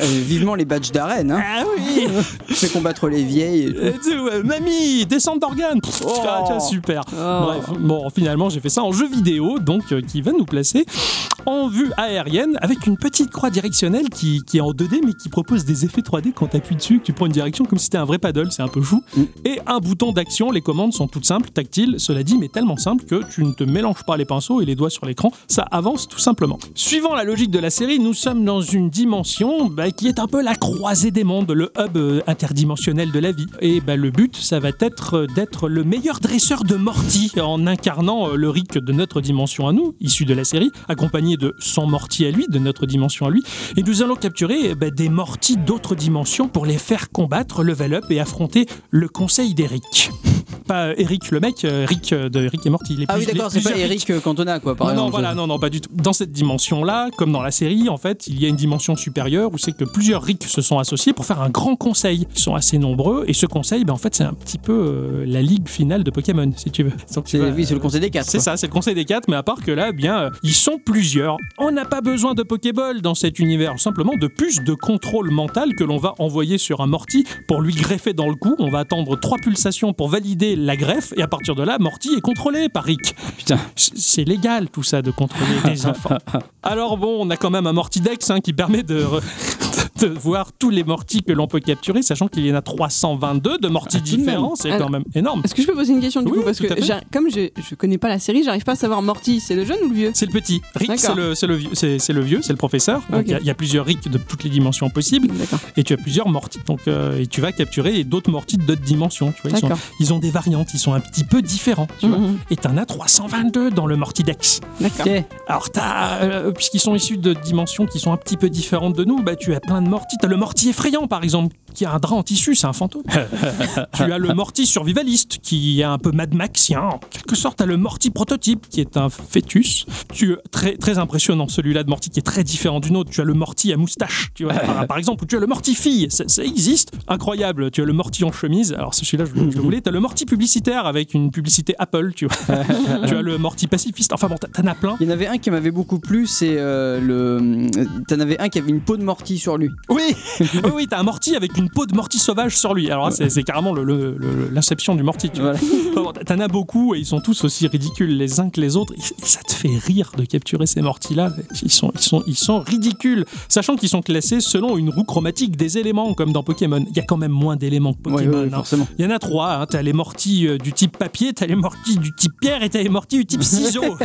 Euh, Vivement les badges d'arène, hein. Ah oui Fait combattre les vieilles. et tout. Et tu vois, Mamie, descente d'organes Pff, Oh. ah, tiens, Super Oh. Bref, bon, finalement, j'ai fait ça en jeu vidéo, donc euh, qui va nous placer en vue aérienne avec une petite croix directionnelle qui, qui est en 2D mais qui propose des effets 3D quand t'appuies dessus, que tu prends une direction comme si c'était un vrai paddle, c'est un peu fou. Mm. Et un bouton d'action, les commandes sont toutes simples, tactiles, cela dit, mais tellement simples que tu ne te mélanges pas les pinceaux et les doigts sur l'écran, ça avance tout simplement. Suivant la logique de la série, nous sommes dans une dimension bah, qui est un peu la croisée des mondes, le hub euh, interdimensionnel de la vie. Et bah, le but, ça va être euh, d'être le meilleur dresseur de Morty en incarnant euh, le Rick de notre dimension à nous, issu de la série, accompagné de son Morty à lui, de notre dimension à lui. Et nous allons capturer euh, bah, des Morty d'autres dimensions pour les faire combattre, level up et affronter le conseil d'Eric. Pas euh, Eric le mec, euh, Rick euh, de Rick et Morty. il est Ah oui, plus- il est d'accord, c'est pas plusieurs Rick. Eric Cantona, quoi, par Non, non, exemple. voilà, non, non, pas du tout. Dans cette dimension-là, comme dans la série, en fait, il y a une dimension supérieure où c'est que plusieurs ricks se sont associés pour faire un grand conseil. Ils sont assez nombreux et ce conseil, ben, en fait, c'est un petit peu euh, la ligue finale de Pokémon, si tu veux. Donc, tu C'est- vas- oui, c'est le conseil des quatre. c'est quoi. ça, c'est le conseil des quatre, mais à part que là, eh bien, euh, ils sont plusieurs. On n'a pas besoin de Pokéball dans cet univers, simplement de puces de contrôle mental que l'on va envoyer sur un Morty pour lui greffer dans le cou. On va attendre trois pulsations pour valider la greffe, et à partir de là, Morty est contrôlé par Rick. Putain. C- C'est légal tout ça de contrôler des enfants. Alors bon, on a quand même un Mortidex hein, qui permet de, re- de voir tous les mortis que l'on peut capturer, sachant qu'il y en a 322 de mortis Ah, tout de même. différents, c'est quand Alors- même énorme. Est-ce que je peux poser une question du Oui, coup Parce tout à que fait. j'ai- comme je, je connais pas la série, j'arrive pas à savoir Morty, c'est le jeune ou le vieux C'est le petit. Rick, D'accord. c'est le, c'est le vieux, c'est c'est le, vieux, c'est le professeur. Donc, Ok. Il y a- il y, a plusieurs Rick de toutes les dimensions possibles. D'accord. Et tu as plusieurs mortis. Donc, euh, et tu vas capturer d'autres mortis d'autres dimensions. Tu vois, ils, sont- D'accord. ils ont des variantes, ils sont un petit peu différents. Tu vois. Mhm. Et t'en as 322 dans le Mortidex. D'accord. Ok. Alors, t'as, euh, puisqu'ils sont issus de dimensions qui sont un petit peu différentes de nous, bah, tu as plein de mortis. T'as le morti effrayant, par exemple, qui a un drap en tissu, c'est un fantôme. tu as le morti survivaliste, qui est un peu Mad Maxien. En quelque sorte, t'as le morti prototype, qui est un fœtus. Tu, très, très impressionnant, celui-là de morti, qui est très différent d'une autre. Tu as le morti à moustache, tu vois, par, par exemple, ou tu as le morti fille, ça, ça existe. Incroyable. Tu as le morti en chemise, alors celui-là, je, je le voulais. T'as le morti publicitaire, avec une publicité Apple, tu vois. tu as le morti pacifiste. Enfin bon, t'as- t'en as plein. Il y en avait un qui m'avait beaucoup plu, c'est euh, le. T'en avais un qui avait une peau de mortie sur lui. Oui, oui, oui, t'as un morti avec une peau de morti sauvage sur lui. Alors là, c'est c'est carrément le- le- le- l'inception du morti. Tu vois. Bon, Voilà. T'en as beaucoup et ils sont tous aussi ridicules les uns que les autres. Et ça te fait rire de capturer ces mortis-là. Ils sont, ils, sont, ils sont ridicules, sachant qu'ils sont classés selon une roue chromatique des éléments, comme dans Pokémon. Il y a quand même moins d'éléments que Ouais, Pokémon. ouais, ouais, hein. forcément. Il y en a trois. Hein. T'as les mortis euh, du type papier, t'as les mortis du type pierre et t'as les mortis du type ciseaux.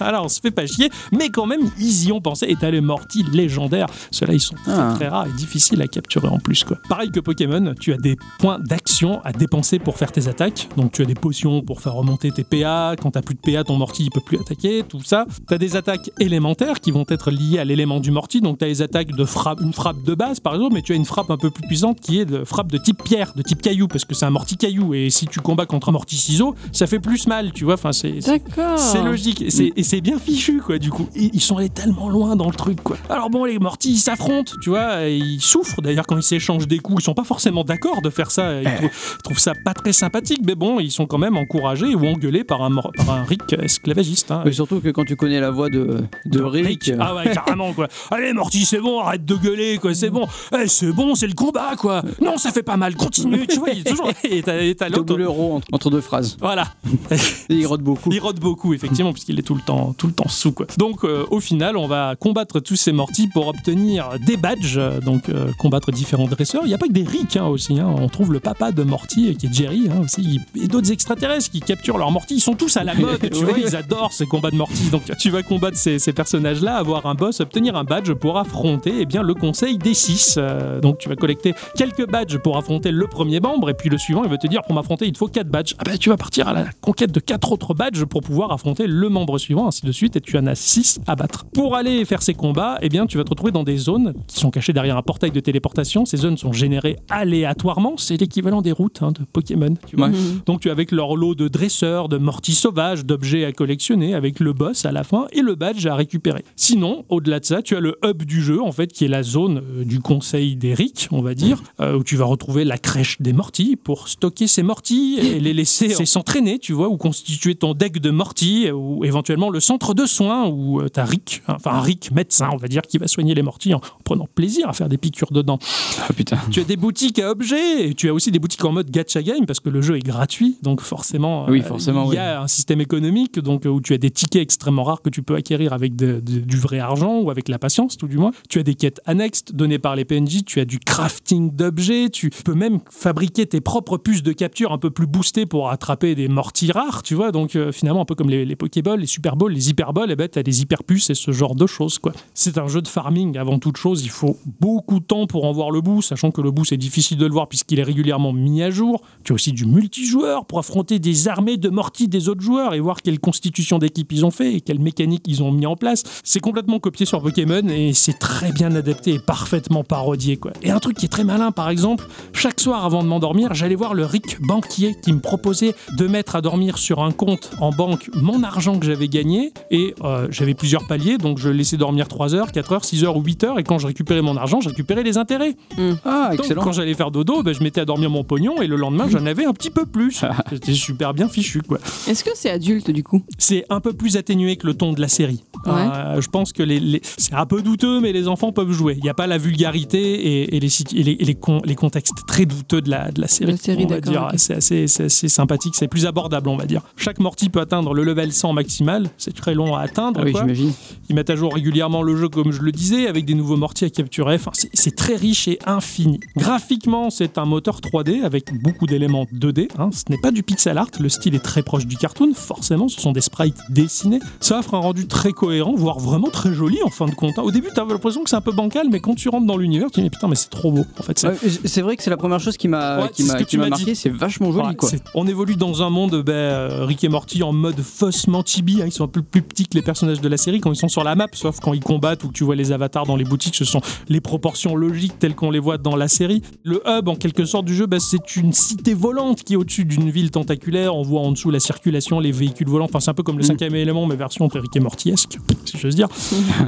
Alors on se fait pas chier, mais quand même ils y ont pensé. Et t'as les mortis légendaires. Ceux-là ils sont très, Ah. très rares et difficiles à capturer en plus. Quoi. Pareil que Pokémon, tu as des points d'action à dépenser pour faire tes attaques. Donc tu as des potions pour faire remonter tes PA. Quand t'as plus de PA, ton morti il peut plus attaquer. Tout ça. T'as des attaques élémentaires qui vont être liées à l'élément du morti. Donc t'as les attaques de frappe, une frappe de base par exemple, mais tu as une frappe un peu plus puissante qui est de frappe de type pierre, de type caillou, parce que c'est un morti caillou. Et si tu combats contre un morti ciseau, ça fait plus mal, tu vois. Enfin, c'est c'est- D'accord. c'est logique et c'est- et c'est bien fichu quoi du coup. Ils ils sont allés tellement loin dans le truc quoi. Alors bon les mortis ils s'affrontent tu vois, et ils souffrent d'ailleurs quand ils s'échangent des coups, ils sont pas forcément d'accord de faire ça, ils, trou- ils trouvent ça pas très sympathique mais bon ils sont quand même encouragés ou engueulés par un, mor- par un Rick esclavagiste. hein. Mais surtout que quand tu connais la voix de, de Rick. euh, Ah ouais, carrément quoi. Allez, Morty, c'est bon, arrête de gueuler quoi, c'est bon. Eh, c'est bon, c'est le combat quoi. Non, ça fait pas mal, continue, tu vois, il est toujours. Et t'as- et t'as Double l'autre. euro entre, entre deux phrases. Voilà, Et il rote beaucoup. il rote beaucoup effectivement puisqu'il est tout le temps tout le temps sous quoi. Donc euh, au final, on va combattre tous ces mortis pour obtenir des badges, euh, donc euh, combattre différents dresseurs. Il n'y a pas que des Rick hein, aussi. hein. On trouve le papa de Morty euh, qui est Jerry hein, aussi et d'autres extraterrestres qui capturent leurs mortis. Ils sont tous à la mode, tu vois. Oui. Ils adorent ces combats de mortis. Donc tu vas combattre ces, ces personnages-là, avoir un boss, obtenir un badge pour affronter eh bien le Conseil des six. Euh, donc tu vas collecter quelques badges pour affronter le premier membre et puis le suivant il va te dire pour m'affronter il te faut quatre badges. Ah bah tu vas partir à la conquête de quatre autres badges pour pouvoir affronter le membre suivant ainsi de suite et tu en as six à battre. Pour aller faire ces combats, eh bien tu vas te retrouver dans des zones qui sont cachées derrière un portail de téléportation. Ces zones sont générées aléatoirement, c'est l'équivalent des routes hein, de Pokémon. Tu vois. Ouais. Mhm. Donc tu as avec leur lot de dresseurs, de mortis sauvages, d'objets à collectionner, avec le boss à la fin et le badge à récupérer. Sinon, au-delà de ça, tu as le hub du jeu, en fait, qui est la zone euh, du conseil d'Eric, on va dire, euh, où tu vas retrouver la crèche des mortis pour stocker ces mortis et les laisser euh, s'entraîner, tu vois, ou constituer ton deck de mortis, euh, ou éventuellement le centre de soins où tu as Rick, hein, enfin un Rick médecin, on va dire, qui va soigner les mortis en prenant plaisir à faire des piqûres dedans. Ah putain. Tu as des boutiques à objets, et tu as aussi des boutiques en mode gacha game parce que le jeu est gratuit, donc forcément, euh, Oui, forcément, il y a un système économique donc euh, où tu as des tickets extrêmement rares que tu peux acquérir avec de- de- du vrai argent ou avec la patience, tout du moins. Tu as des quêtes annexes données par les PNJ, tu as du crafting d'objets, tu peux même fabriquer tes propres puces de capture un peu plus boostées pour attraper des mortis rares, tu vois. Donc euh, finalement, un peu comme les, les Pokéballs, les Super Balls, les Hyper Balls, et ben t'as des hyper puces et ce genre de choses, quoi. C'est un jeu de farming avant toute chose. Il faut beaucoup de temps pour en voir le bout, sachant que le bout c'est difficile de le voir puisqu'il est régulièrement mis à jour. Tu as aussi du multijoueur pour affronter des armées de mortis des autres joueurs et voir quelle constitution d'équipe ils ont fait et quelle mécanique ils ont mis en place. C'est complètement copié sur Pokémon et c'est très bien adapté et parfaitement parodié, quoi. Et un truc qui est très malin, par exemple, chaque soir avant de m'endormir, j'allais voir le Rick banquier qui me proposait de mettre à dormir sur un compte en banque mon argent que j'avais gagné. Et euh, j'avais plusieurs paliers, donc je laissais dormir 3 heures, 4 heures, 6 heures ou 8 heures. Et quand je récupérais mon argent, je récupérais les intérêts. Ah, Donc, excellent. quand j'allais faire dodo, bah, je mettais à dormir mon pognon et le lendemain, j'en avais un petit peu plus. C'était super bien fichu, quoi. Est-ce que c'est adulte du coup C'est un peu plus atténué que le ton de la série. Ouais. Euh, je pense que les, les- c'est un peu douteux, mais les enfants peuvent jouer. Il n'y a pas la vulgarité et, et les, sit- et les, et les con- les contextes très douteux de la, de la série. La série, on va d'accord, dire. ok. C'est assez, c'est assez sympathique, c'est plus abordable, on va dire. Chaque morty peut atteindre le level 100 maximal. C'est très long à atteindre. Ah oui, quoi. j'imagine. Ils mettent à jour régulièrement le jeu, comme je le disais, avec des nouveaux mortiers à capturer. Enfin, c'est- c'est très riche et infini. Graphiquement, c'est un moteur 3D avec beaucoup d'éléments 2D. hein. Ce n'est pas du pixel art. Le style est très proche du cartoon. Forcément, ce sont des sprites dessinés. Ça offre un rendu très cohérent, voire vraiment très joli en fin de compte. hein. Au début, tu as l'impression que c'est un peu bancal, mais quand tu rentres dans l'univers, tu te dis mais putain, mais c'est trop beau. En fait, c'est Ouais, C'est vrai que c'est la première chose qui m'a Ouais, qui c'est ce m'a que qui tu m'a m'as marqué. dit. C'est vachement joli Ouais, quoi. c'est- On évolue dans un monde, ben, euh, Rick et Morty en mode faussement chibi. hein, ils sont un peu plus petits que les personnages de la série quand ils sont sur la map, sauf quand ils combattent ou que tu vois les avatars dans les boutiques, ce sont les proportions logiques telles qu'on les voit dans la série. Le hub, en quelque sorte, du jeu, ben, c'est une cité volante qui est au-dessus d'une ville tentaculaire. On voit en dessous la circulation, les véhicules volants. Enfin, c'est un peu comme le Mm. cinquième élément, mais version Rick et Mortyesque, si j'ose dire.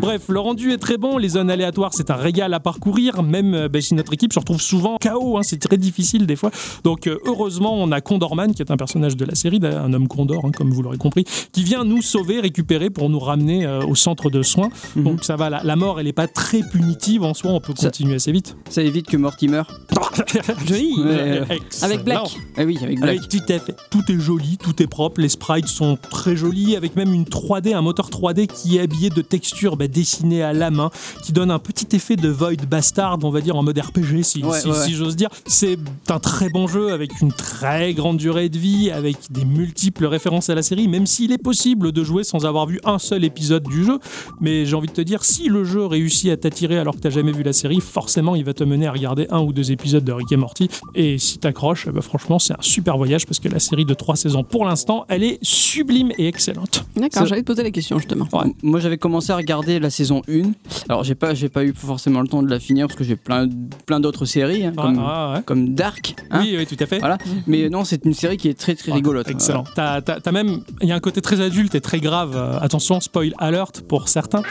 Bref, le rendu est très bon, les zones aléatoires, c'est un régal à parcourir, même euh, bah, si notre équipe se retrouve souvent KO, hein, c'est très difficile des fois. Donc euh, heureusement, on a Condorman, qui est un personnage de la série, d'un- un homme condor, hein, comme vous l'aurez compris, qui vient nous sauver, récupérer pour nous ramener euh, au centre de soins. Mhm. Donc ça va, la, la mort, elle n'est pas très punitive en soi, on peut Ça- continuer assez vite. Ça évite que Mortimer. Joli Ouais. Avec Black. Excellent. Ah oui, avec euh, Black. Avec tout à fait. Tout est joli, tout est propre, les sprites sont très jolis, avec même une 3D, un moteur 3D qui est habillé de textures bah, dessinées à la main, qui donne un petit effet de Void Bastard, on va dire en mode RPG, si, Ouais, si- ouais, ouais. si j'ose dire. C'est un très bon jeu, avec une très grande durée de vie, avec des multiples références à la série, même s'il est possible de jouer sans avoir vu un seul épisode du jeu. Mais j'ai envie de te dire, si le jeu réussit à t'attirer alors que t'as jamais vu la série, forcément il va te mener à regarder un ou deux épisodes de Rick et Morty. Et si t'accroches, eh ben, franchement, c'est un super voyage parce que la série de trois saisons pour l'instant, elle est sublime et excellente. D'accord, Ça- j'allais te poser la question justement. Ouais. Moi j'avais commencé à regarder la saison 1. Alors j'ai pas, j'ai pas eu forcément le temps de la finir parce que j'ai plein, plein d'autres séries hein, comme, Ah, ah, ouais. comme Dark. hein. oui, oui, tout à fait. Voilà. Mais non, c'est une série qui est très très Ouais, rigolote. Ah, Excellent. T'as- t'as- t'as même, il y a un côté très adulte et très grave. Euh, attention, spoil alert pour certains.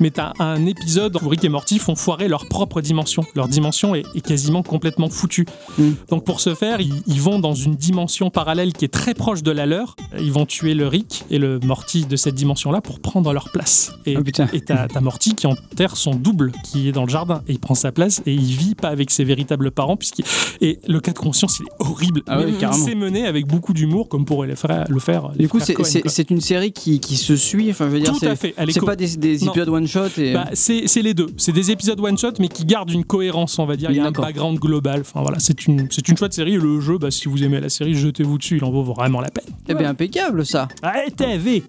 Mais t'as un épisode où Rick et Morty font foirer leur propre dimension. Leur dimension est, est quasiment complètement foutue. Mm. Donc pour ce faire, ils, ils vont dans une dimension parallèle qui est très proche de la leur. Ils vont tuer le Rick et le Morty de cette dimension-là pour prendre leur place. Et Ah, putain. et t'as t'as Morty qui enterre son double qui est dans le jardin et il prend sa place et il vit pas avec ses véritables parents puisqu'il et le cas de conscience il est horrible Ah ouais, Mais carrément. c'est mené avec beaucoup d'humour comme pourraient le faire le faire les Du coup, frères c'est- Coen, c'est quoi. c'est une série qui, qui se suit. Enfin, je veux dire, tout à c'est fait elle est c'est co- pas des, des Non. épisodes one shot. Et... bah, c'est c'est les deux. C'est des épisodes one shot, mais qui gardent une cohérence, on va dire. Il y a un D'accord. background global. Enfin voilà, c'est une c'est une chouette série. Et le jeu, bah, si vous aimez la série, jetez-vous dessus. Il en vaut vraiment la peine. Eh bien, impeccable ça. Allez, TV.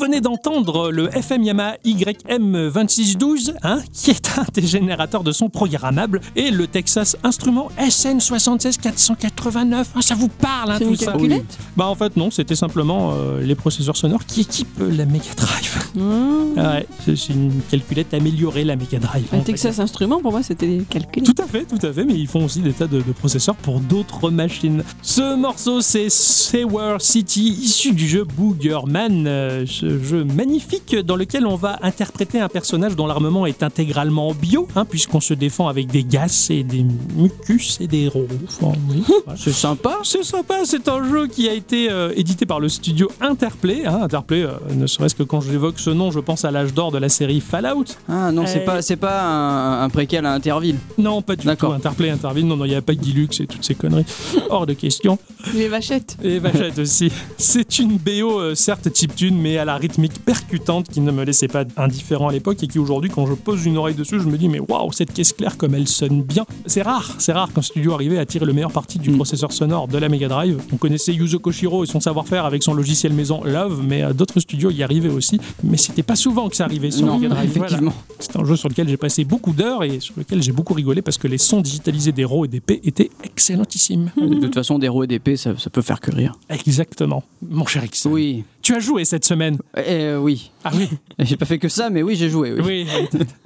venez d'entendre le FM Yamaha YM2612, hein, qui est un des générateurs de son programmable, et le Texas Instrument SN76489. Hein, ça vous parle, hein, C'est tout une ça calculette Bah, en fait, non, c'était simplement euh, les processeurs sonores qui équipent la Mega Drive. Mmh. Ouais, c'est- c'est une calculette améliorée, la Mega Drive. Un on va Texas Instruments, pour moi, c'était des calculs. tout à fait, tout à fait, mais ils font aussi des tas de, de processeurs pour d'autres machines. Ce morceau, c'est Sewer City, issu du jeu Boogerman, euh, ce jeu magnifique dans lequel on va interpréter un personnage dont l'armement est intégralement bio, hein, puisqu'on se défend avec des gaz et des mucus et des ronds. Enfin, oui, voilà. C'est sympa. C'est sympa, c'est un jeu qui a été euh, édité par le studio Interplay. hein, Interplay, euh, ne serait-ce que quand j'évoque ce nom, je pense à l'âge d'or de la série Fallout. Ah non, c'est Euh, pas, c'est pas un, un préquel à Interville. Non, pas du tout. D'accord. Interplay, Interville, non, non, il n'y a pas Guilux et toutes ces conneries. Hors de question. Les vachettes. Et Vachette aussi. C'est une BO, euh, certes chiptune, mais à la rythmique percutante qui ne me laissait pas indifférent à l'époque et qui aujourd'hui, quand je pose une oreille dessus, je me dis, mais waouh, cette caisse claire, comme elle sonne bien. C'est rare, c'est rare qu'un studio arrivait à tirer le meilleur parti du Mm. processeur sonore de la Mega Drive. On connaissait Yuzo Koshiro et son savoir-faire avec son logiciel maison Love, mais euh, d'autres studios y arrivaient aussi. Mais c'était pas souvent que ça arrivait sur non, Mega Drive. Voilà. effectivement. C'est un jeu sur lequel j'ai passé beaucoup d'heures et sur lequel j'ai beaucoup rigolé parce que les sons digitalisés des RAW et des P étaient excellentissimes. De toute façon, des roues et des épées, ça, ça peut faire que rire. Exactement, mon cher X. Oui. Tu as joué cette semaine. Euh, oui. Ah oui, J'ai pas fait que ça, mais oui, j'ai joué. oui. Oui.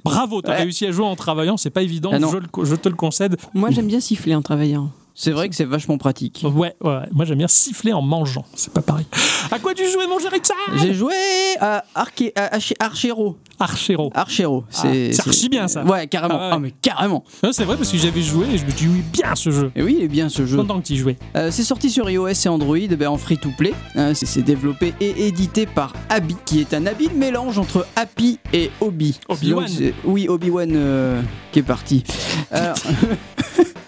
Bravo, t'as Ouais. réussi à jouer en travaillant, c'est pas évident, Ah non. je, le- je te le concède. Moi, j'aime bien siffler en travaillant. C'est vrai que c'est vachement pratique. Ouais, ouais, moi j'aime bien siffler en mangeant, c'est pas pareil. À quoi tu jouais, mon cher X J'ai joué à, Arché- à Arché- Archero. Archero. Archero. Ah, c'est archi bien, ça. Ouais, carrément. Ah Ah, ouais. mais carrément. Ouais, C'est vrai parce que j'avais joué et je me dis oui, bien ce jeu. Et oui, il est bien ce jeu. Pendant que tu jouais. Euh, c'est sorti sur iOS et Android ben, en free to play. Euh, c'est- c'est développé et édité par Abby, qui est un habile mélange entre Happy et Obi. Obi-Wan. Donc, c'est- Oui, Obi-Wan euh, qui est parti. Euh,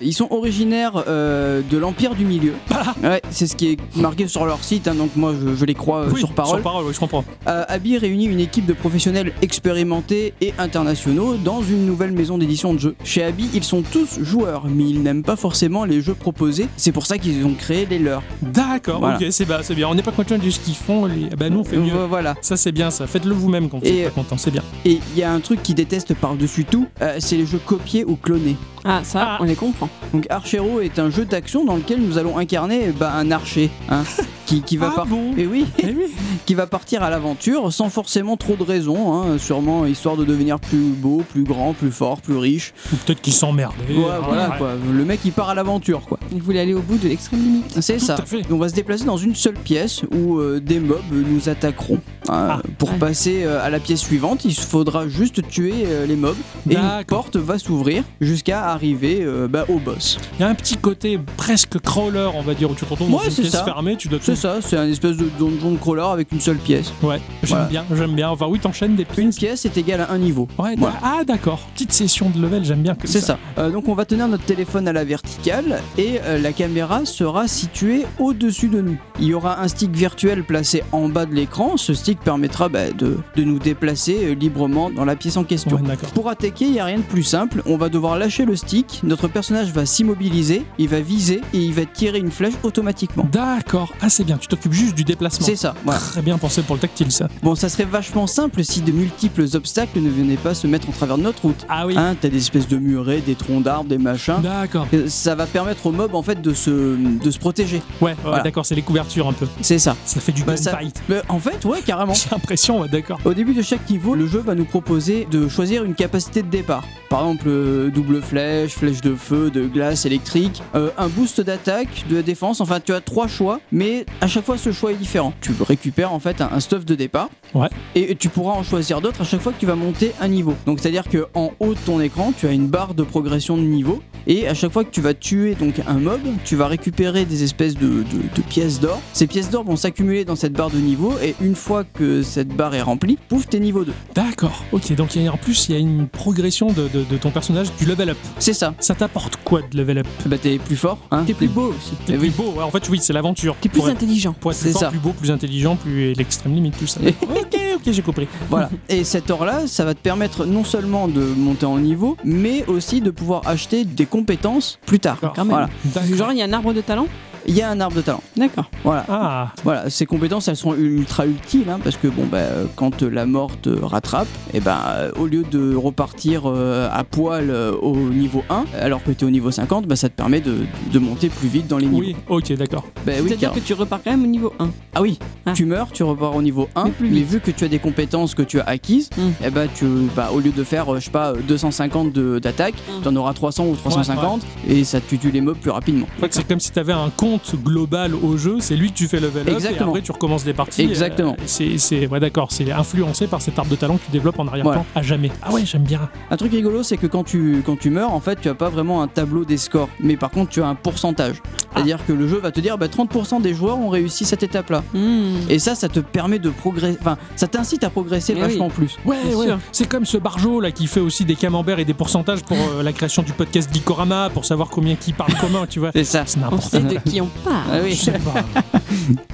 Ils sont originaires euh, de l'Empire du Milieu. Ah. Ouais, c'est ce qui est marqué sur leur site, hein, donc moi je, je les crois euh, Oui, sur parole. Sur parole, oui, je comprends. Euh, Abby réunit une équipe de professionnels expérimentés et internationaux dans une nouvelle maison d'édition de jeux. Chez Abby, ils sont tous joueurs, mais ils n'aiment pas forcément les jeux proposés. C'est pour ça qu'ils ont créé les leurs. D'accord, Voilà. ok, c'est bah, c'est bien. On n'est pas content de ce qu'ils font, les... bah nous on fait mieux. Vo- Voilà. Ça c'est bien ça, faites-le vous-même quand vous Et- euh, êtes pas content, c'est bien. Et il y a un truc qu'ils détestent par-dessus tout, euh, c'est les jeux copiés ou clonés. Ah, ça, Ah. on les comprend. Donc Archero est un jeu d'action dans lequel nous allons incarner bah, un archer, hein, qui, qui va ah par- bon Et oui, Eh oui. qui va partir à l'aventure sans forcément trop de raisons, hein, sûrement histoire de devenir plus beau, plus grand, plus fort, plus riche. Ou Peut-être qu'ils s'emmerdent. Ouais, voilà quoi. Le mec il part à l'aventure quoi. Ils voulaient aller au bout de l'extrême limite. C'est Tout ça. à fait. On va se déplacer dans une seule pièce où euh, des mobs nous attaqueront. hein. Ah, pour ouais. passer euh, à la pièce suivante, il faudra juste tuer euh, les mobs et une D'accord. porte va s'ouvrir jusqu'à arriver euh, bah, au boss. Il y a un petit côté presque crawler, on va dire, où tu te retrouves dans Ouais, une c'est pièce ça. fermée, tu dois C'est tout. ça, c'est un espèce de donjon crawler avec une seule pièce. Ouais, j'aime Voilà. bien, j'aime bien. Enfin, oui, t'enchaînes des Une pièces. pièce est égale à un niveau. Ouais, Voilà. d'ac- ah d'accord, petite session de level, j'aime bien comme C'est ça. ça. Euh, donc on va tenir notre téléphone à la verticale et euh, la caméra sera située au-dessus de nous. Il y aura un stick virtuel placé en bas de l'écran. Ce stick permettra bah, de, de nous déplacer euh, librement dans la pièce en question. Ouais, d'accord. Pour attaquer, il n'y a rien de plus simple. On va devoir lâcher le stick. Notre personnage va s'immobiliser, il va viser et il va tirer une flèche automatiquement. D'accord, ah c'est bien, tu t'occupes juste du déplacement. C'est ça, voilà. Très bien pensé pour le tactile, ça. Bon, ça serait vachement simple si de multiples obstacles ne venaient pas se mettre en travers de notre route. Ah oui. Hein, t'as des espèces de murets, des troncs d'arbres, des machins. D'accord. Euh, ça va permettre aux mobs en fait de se, de se protéger. Ouais, ouais, Voilà. d'accord, c'est les couvertures un peu. C'est ça. Ça fait du Bah, ça- gunfight. Mais en fait, ouais, carrément. J'ai l'impression, ouais, d'accord. Au début de chaque niveau, le jeu va nous proposer de choisir une capacité de départ. Par exemple, euh, double flèche, flèche de feu, de glace, électrique, euh, un boost d'attaque, de défense. Enfin, tu as trois choix, mais à chaque fois, ce choix est différent. Tu récupères en fait un, un stuff de départ. Ouais. Et tu pourras en choisir d'autres à chaque fois que tu vas monter un niveau. Donc, c'est-à-dire que en haut de ton écran, tu as une barre de progression de niveau. Et à chaque fois que tu vas tuer donc un mob, tu vas récupérer des espèces de, de- de pièces d'or. Ces pièces d'or vont s'accumuler dans cette barre de niveau et une fois que cette barre est remplie, pouf, t'es niveau 2. D'accord, ok, donc il y a- en plus, il y a une progression de, de- de ton personnage, du level up. C'est ça. Ça t'apporte quoi de level up Bah t'es plus fort, hein. T'es plus beau aussi. T'es Eh plus oui. beau, ouais, en fait, oui, c'est l'aventure. T'es plus Pour- intelligent. Pour être C'est plus fort, ça. plus beau, plus intelligent, plus l'extrême limite, tout ça. Et- ok, ok, j'ai compris. Voilà. Et cet or-là, ça va te permettre non seulement de monter en niveau, mais aussi de pouvoir acheter des compétences plus tard. D'accord. Quand même. Voilà. Genre, il y a un arbre de talent il y a un arbre de talent. Ah, D'accord. Voilà. Ah, Voilà, ces compétences, elles sont ultra utiles, hein, parce que bon, bah, euh, quand euh, la mort te rattrape, et ben, euh, au lieu de repartir euh, à poil euh, au niveau 1, alors que tu es au niveau 50, bah, ça te permet de, de monter plus vite dans les niveaux. oui, ok, d'accord. Bah oui, C'est-à-dire car- que tu repars quand même au niveau 1. Ah oui, Ah. tu meurs, tu repars au niveau 1, Mais mais, plus vite. vu que tu as des compétences que tu as acquises, Mm. et ben, tu, bah, au lieu de faire, euh, je sais pas, euh, 250 de- d'attaque, Mm. tu en auras 300 ou 350, et ça tu tue les mobs plus rapidement. Je crois que c'est comme si tu avais un compte global au jeu, c'est lui que tu fais level up et Exactement. après tu recommences les parties. Exactement. Euh, c'est, c'est, ouais, d'accord, c'est influencé par cet arbre de talent que tu développes en arrière-plan Voilà. à jamais. Ah ouais, j'aime bien. Un truc rigolo, c'est que quand tu, quand tu meurs, en fait, tu as pas vraiment un tableau des scores, mais par contre, tu as un pourcentage. C'est-à-dire que le jeu va te dire, bah, 30% des joueurs ont réussi cette étape-là. Mmh. Et ça, ça te permet de progresser. Enfin, ça t'incite à progresser Eh vachement plus. Ouais, Bien ouais. sûr. C'est comme ce Barjo là qui fait aussi des camemberts et des pourcentages pour euh, la création du podcast Gikorama pour savoir combien qui parle commun, tu vois. C'est ça. C'est On n'importe sait quoi. de qui on Ah parle. oui. Je sais pas.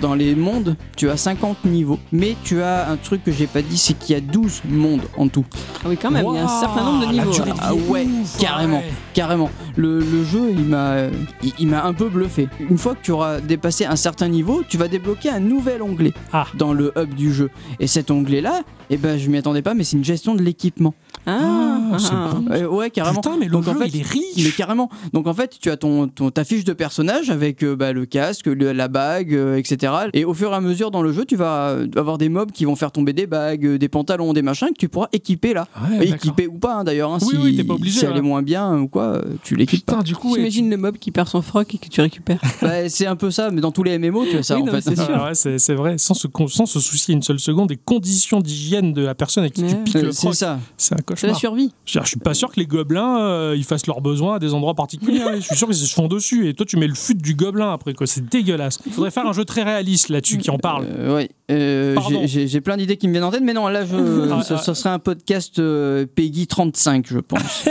Dans les mondes, tu as 50 niveaux, mais tu as un truc que j'ai pas dit, c'est qu'il y a 12 mondes en tout. Ah oui, quand même, il y a un certain nombre de Waouh, la niveaux. durée de là. vie Ah est ouais, ouf, carrément. ouais. Carrément. Le, le jeu, il m'a, euh, il, il m'a un peu bluffé. Une fois que tu auras dépassé un certain niveau, tu vas débloquer un nouvel onglet Ah. dans le hub du jeu. Et cet onglet-là, eh ben, je m'y attendais pas, mais c'est une gestion de l'équipement. Ah, Ah, c'est ah, bon. ah. Euh, ouais, carrément. Putain, mais le Donc, en jeu, fait, il est Mais riche. carrément. Donc en fait, tu as ton, ton- ta fiche de personnage avec euh, bah, le casque, le- la bague, euh, etc. Et au fur et à mesure dans le jeu, tu vas euh, avoir des mobs qui vont faire tomber des bagues, euh, des pantalons, des machins que tu pourras équiper là. Ouais, Et d'accord. équiper ou pas hein, d'ailleurs. hein, Oui, si, oui, t'es pas obligé, Si elle hein. est moins bien euh, ou quoi, euh, tu l'équipes pas. Putain, du coup, ouais, J'imagine le mob qui perd son froc et que tu récupères. Bah, c'est un peu ça, mais dans tous les MMO, tu as ça Oui, en non, fait. c'est sûr. Ah ouais, c'est c'est vrai, sans se, con- sans se soucier une seule seconde des conditions d'hygiène de la personne à qui Ouais. tu piques Euh, le C'est proc. ça. C'est C'est un la cauchemar. survie. Je veux dire, je suis pas sûr que les gobelins euh, ils fassent leurs besoins à des endroits particuliers. hein. Je suis sûr qu'ils se font dessus. Et toi, tu mets le fut du gobelin après quoi. C'est dégueulasse. Il faudrait faire un jeu très réaliste là-dessus qui en parle. Euh, ouais. Euh, Pardon. j'ai- j'ai j'ai plein d'idées qui me viennent en tête, mais non, là, je, Ah, ça, ah. ça serait un podcast euh, Peggy 35, je pense.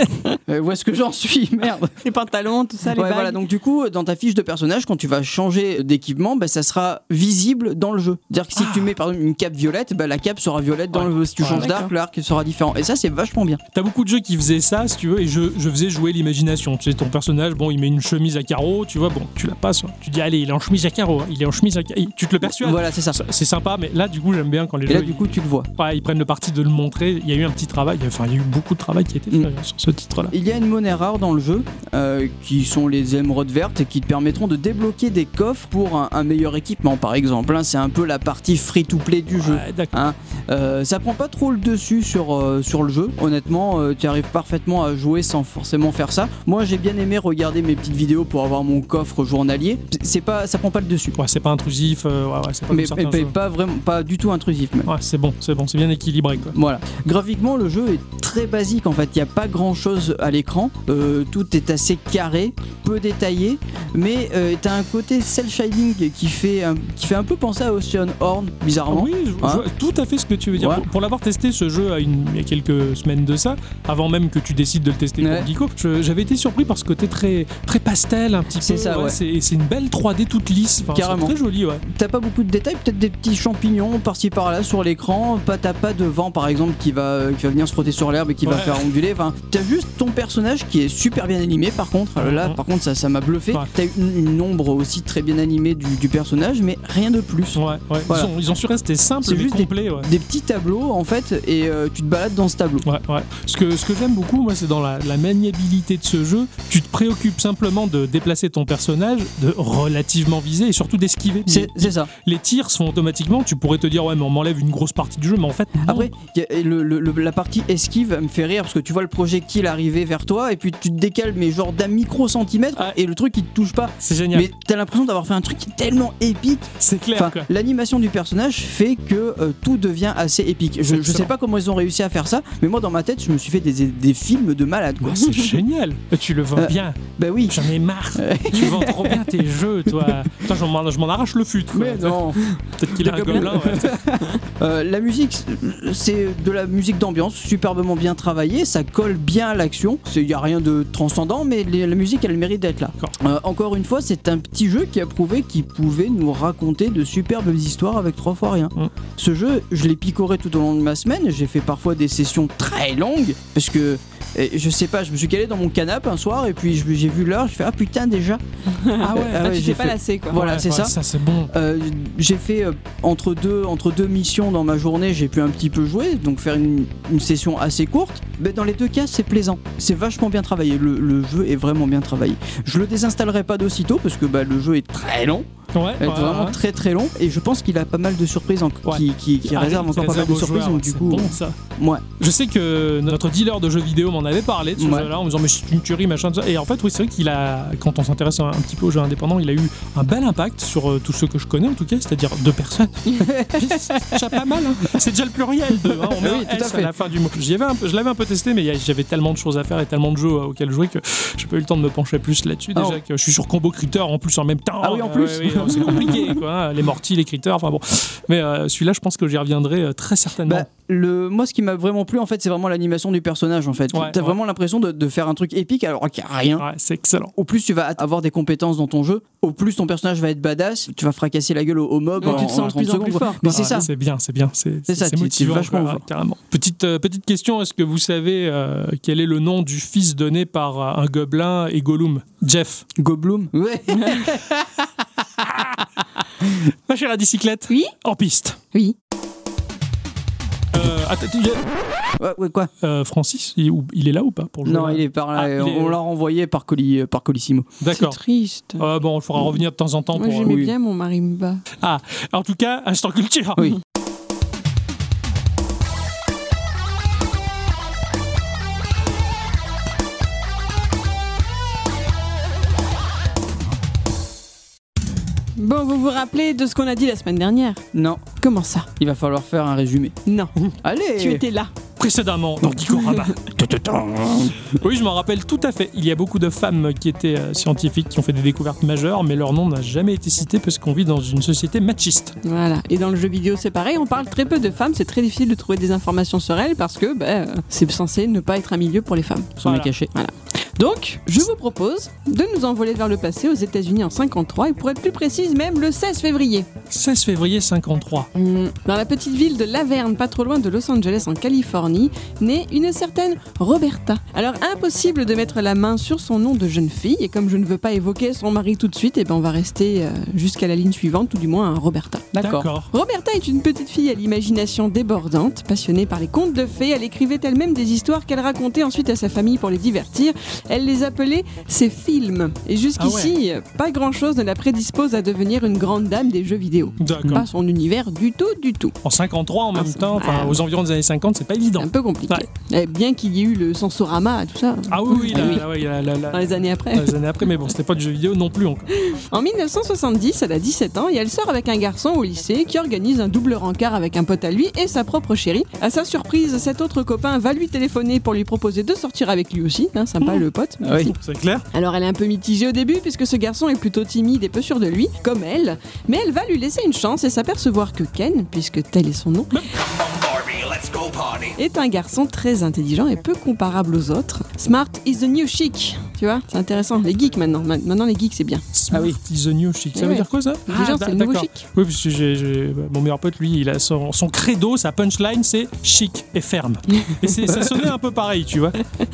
Euh, où est-ce que j'en suis Merde. Les pantalons, tout ça, les Ouais, bagues. voilà, donc du coup, dans ta fiche de personnage, quand tu vas changer d'équipement, bah, ça sera visible dans le jeu. C'est-à-dire que si Ah. tu mets par exemple une cape violette, bah, la cape sera violette dans Ouais. le jeu. Si tu Ouais, changes d'accord. d'arc, l'arc sera différent. Et ça, c'est vachement bien. T'as beaucoup de jeux qui faisaient ça, si tu veux, et je, je faisais jouer l'imagination. Tu sais, ton personnage, bon, il met une chemise à carreaux, tu vois, bon, tu la passes. hein. Tu dis, allez, il est en chemise à carreaux, hein, il est en chemise à carreaux. Tu te le persuades. Voilà, c'est ça. Ça, C'est sympa, mais là, du coup, j'aime bien quand les Et gens là, du coup, tu le vois. ils prennent le parti de le montrer. Il y a eu un petit travail, enfin, il y a eu beaucoup de travail qui a été fait Mm. euh, sur ce titre-là. Il y a une monnaie rare dans le jeu euh, qui sont les émeraudes vertes et qui te permettront de débloquer des coffres pour un, un meilleur équipement, par exemple. hein. c'est un peu la partie free-to-play du jeu. Ouais, d'accord. Euh, ça prend pas trop le dessus sur, euh, sur le jeu. Honnêtement, euh, tu arrives parfaitement à jouer sans forcément faire ça. Moi, j'ai bien aimé regarder mes petites vidéos pour avoir mon coffre journalier. C'est- C'est pas, ça prend pas le dessus. Ouais, c'est pas intrusif, euh, ouais, ouais, c'est pas comme Mais, certains mais jeux. pas vraiment, pas du tout intrusif. Même. Ouais, c'est bon, c'est bon, c'est bien équilibré quoi. Voilà. Graphiquement, le jeu est très basique en fait. Il n'y a pas grand chose à l'écran. Euh, tout est assez carré, peu détaillé. Mais euh, t'as un côté cel shading qui fait, un- qui fait un peu penser à Ocean Horn, bizarrement. Oui, je, je Hein vois tout à fait ce que tu veux dire. Ouais. Pour, pour l'avoir testé ce jeu à une- il y a quelques semaines de ça, avant même que tu décides de le tester Ouais. pour Geeko, je- j'avais été surpris par ce côté très, très pastel un petit peu. C'est ça, ouais. C'est c'est une belle 3D toute lisse. Enfin, c'est Carrément. Très jolie, ouais. T'as pas beaucoup de détails, peut-être des petits champignons par-ci par-là sur l'écran. Pas t'as pas de vent par exemple qui va, euh, qui va venir se frotter sur l'herbe et qui va Ouais. faire onduler. Enfin, t'as juste ton personnage qui est super bien animé. Par contre, Alors là, Mhm. par contre, ça, ça m'a bluffé. Ouais. T'as une, une ombre aussi très bien animée du, du personnage, mais rien de plus. Ouais, ouais. Voilà. Ils, ont, ils ont su rester simples C'est mais juste des- complets. Ouais. Des petits tableaux en fait, et euh, tu te balades dans ce tableau. Ouais, ouais. Ce que, ce que j'aime beaucoup, moi, c'est dans la, la maniabilité de ce jeu. Tu te préoccupes simplement de déplacer ton personnage, de relativement viser et surtout d'esquiver. C'est c'est ça. Les tirs sont automatiquement. Tu pourrais te dire, ouais, mais on m'enlève une grosse partie du jeu, mais en fait, non. Après, y a- et le- le- le- la partie esquive me fait rire parce que tu vois le projectile arriver vers toi et puis tu te décales, mais genre d'un micro centimètre, Ouais. et le truc il te touche pas. c'est génial. Mais t'as l'impression d'avoir fait un truc tellement épique. C'est clair, Enfin, quoi. l'animation du personnage fait que euh, tout devient assez épique. C'est Je, je sais excellent. pas comment ils ont réussi à faire ça, mais moi dans ma tête, je me suis fait des, des films de malade. Quoi. Ouais, Ah, c'est génial. Tu le vends Euh, bien. bah oui. J'en ai marre. tu vends trop bien tes jeux, toi. Putain, je m'en, je m'en arrache le fut. quoi. non. Peut-être qu'il a Le un gobelin. ouais. Euh, la musique, c'est- c'est de la musique d'ambiance, superbement bien travaillée, ça colle bien à l'action. Il n'y a rien de transcendant, mais les- la musique, elle mérite d'être là. D'accord. Euh, encore une fois, c'est un petit jeu qui a prouvé qu'il pouvait nous raconter de superbes histoires avec trois fois rien. Mm. Ce jeu, je l'ai picoré tout au long de ma semaine, j'ai fait parfois des sessions très longues, parce que Et je sais pas, je me suis calé dans mon canapé un soir et puis je- j'ai vu l'heure, je fais ah putain déjà. Ah ouais, Ah ouais, tu j'ai t'es pas fait- lassé quoi. Voilà, Ouais, c'est ouais, ça. Ça, c'est bon. Euh, j'ai fait euh, entre deux entre deux missions dans ma journée, j'ai pu un petit peu jouer, donc faire une, une session assez courte. Mais dans les deux cas, c'est plaisant, c'est vachement bien travaillé. Le, le jeu est vraiment bien travaillé. Je le désinstallerai pas d'aussitôt parce que bah, le jeu est très long, Ouais, est ouais, vraiment ouais. très très long, et je pense qu'il a pas mal de surprises en- Ouais. qui, qui- qui Ah, réserve qui encore pas mal réserve de aux surprises. joueurs, donc ouais, du c'est coup, bon, ça. ouais. Je sais que notre dealer de jeux vidéo m'en avait parlé de ce Ouais. jeu-là en me disant mais c'est une tuerie machin tout ça. et en fait oui c'est vrai qu'il a quand on s'intéresse un, un petit peu aux jeux indépendants il a eu un bel impact sur euh, tous ceux que je connais en tout cas c'est-à-dire deux personnes déjà pas mal hein. c'est déjà le pluriel deux hein. on met Oui, un tout à S fait. la fin du mot J'y avais un peu- je l'avais un peu testé mais il y a- j'avais tellement de choses à faire et tellement de jeux euh, auxquels jouer que j'ai pas eu le temps de me pencher plus là-dessus Ah, déjà on- que je suis sur Combo Critter en plus en même temps Ah oui, en Euh, plus. ouais, ouais, c'est compliqué quoi hein. les mortis les critters enfin bon mais euh, celui-là je pense que j'y reviendrai euh, très certainement Bah, le, moi, ce qui m'a vraiment plu, en fait, c'est vraiment l'animation du personnage. En fait, Ouais, t'as ouais. vraiment l'impression de, de faire un truc épique alors qu'il n'y a rien. Ouais, c'est excellent Au plus tu vas avoir des compétences dans ton jeu, au plus ton personnage va être badass, tu vas fracasser la gueule au, au mob Ouais, en, tu te sens en Ah, de 30 plus en plus secondes, quoi. fort, Mais quoi. c'est Ouais, ça. Ah, C'est bien, c'est bien, c'est C'est ça, t'es- t'es motivant, vachement quoi, ouais, fort. carrément. Petite euh, petite question, est-ce que vous savez euh, quel est le nom du fils donné par euh, un gobelin et Gollum Jeff. Gobloom. Ouais. Ma chère à bicyclette. Oui En piste. Oui. Euh, attends, il y a- ouais, ouais, quoi euh, Francis, il, ou- il est là ou pas pour jouer Non, là il est par là. Ah, il est- On l'a renvoyé par, Coli, euh, par Colissimo. C'est D'accord. triste. Euh, bon, il faudra revenir de temps en temps Moi pour. euh, Ah, j'aimais oui. bien mon marimba. En tout cas, instant culture. Oui. Bon, vous vous rappelez de ce qu'on a dit la semaine dernière Non, Comment ça il va falloir faire un résumé. Non, Allez tu étais là. Précédemment, dans Gikorama. oui, je m'en rappelle tout à fait. Il y a beaucoup de femmes qui étaient euh, scientifiques, qui ont fait des découvertes majeures, mais leur nom n'a jamais été cité parce qu'on vit dans une société machiste. Voilà. Et dans le jeu vidéo, c'est pareil, on parle très peu de femmes, c'est très difficile de trouver des informations sur elles parce que ben, euh, c'est censé ne pas être un milieu pour les femmes. On Voilà. est caché. Donc, je vous propose de nous envoler vers le passé aux États-Unis en 53 et pour être plus précise, même le 16 février. 16 février 53. Hmm. Dans la petite ville de Laverne, pas trop loin de Los Angeles en Californie, naît une certaine Roberta. Alors impossible de mettre la main sur son nom de jeune fille, et comme je ne veux pas évoquer son mari tout de suite, eh ben on va rester euh, jusqu'à la ligne suivante, ou du moins à Roberta. D'accord. Roberta est une petite fille à l'imagination débordante, passionnée par les contes de fées. Elle écrivait elle-même des histoires qu'elle racontait ensuite à sa famille pour les divertir. Elle les appelait ses films. Et jusqu'ici, euh, pas grand-chose ne la prédispose à devenir une grande dame des jeux vidéo. D'accord. Pas son univers du tout, du tout. En 53 Ah, en même c'est- temps, enfin, ouais. aux environs des années 50, c'est pas évident. Un peu compliqué. Eh, Bien qu'il y ait eu le sensorama, tout ça, Ah oui, oui, Ah là, oui. là, ouais, là, là, là, dans les années après. dans les années après, mais bon, c'était pas du jeu vidéo non plus encore. En 1970, elle a 17 ans et elle sort avec un garçon au lycée qui organise un double rencard avec un pote à lui et sa propre chérie. À sa surprise, cet autre copain va lui téléphoner pour lui proposer de sortir avec lui aussi. Hein, sympa le pote. Ah oui. C'est clair Alors elle est un peu mitigée au début puisque ce garçon est plutôt timide et peu sûr de lui, comme elle. Mais elle va lui laisser une chance et s'apercevoir que Ken, puisque tel est son nom, est un garçon très intelligent et peu comparable aux autres. Smart is the new chic. Tu vois, c'est intéressant. Les geeks maintenant. Maintenant les geeks c'est bien. Smart oui. is the new chic. Ah Eh Ça veut ouais. dire quoi ça Intelligent Ah, c'est le nouveau d'accord. chic. Oui, parce que j'ai- j'ai- bah, mon meilleur pote, lui, il a son, son credo, sa punchline, c'est chic et ferme. Et c'est- ça sonnait un peu pareil, tu vois.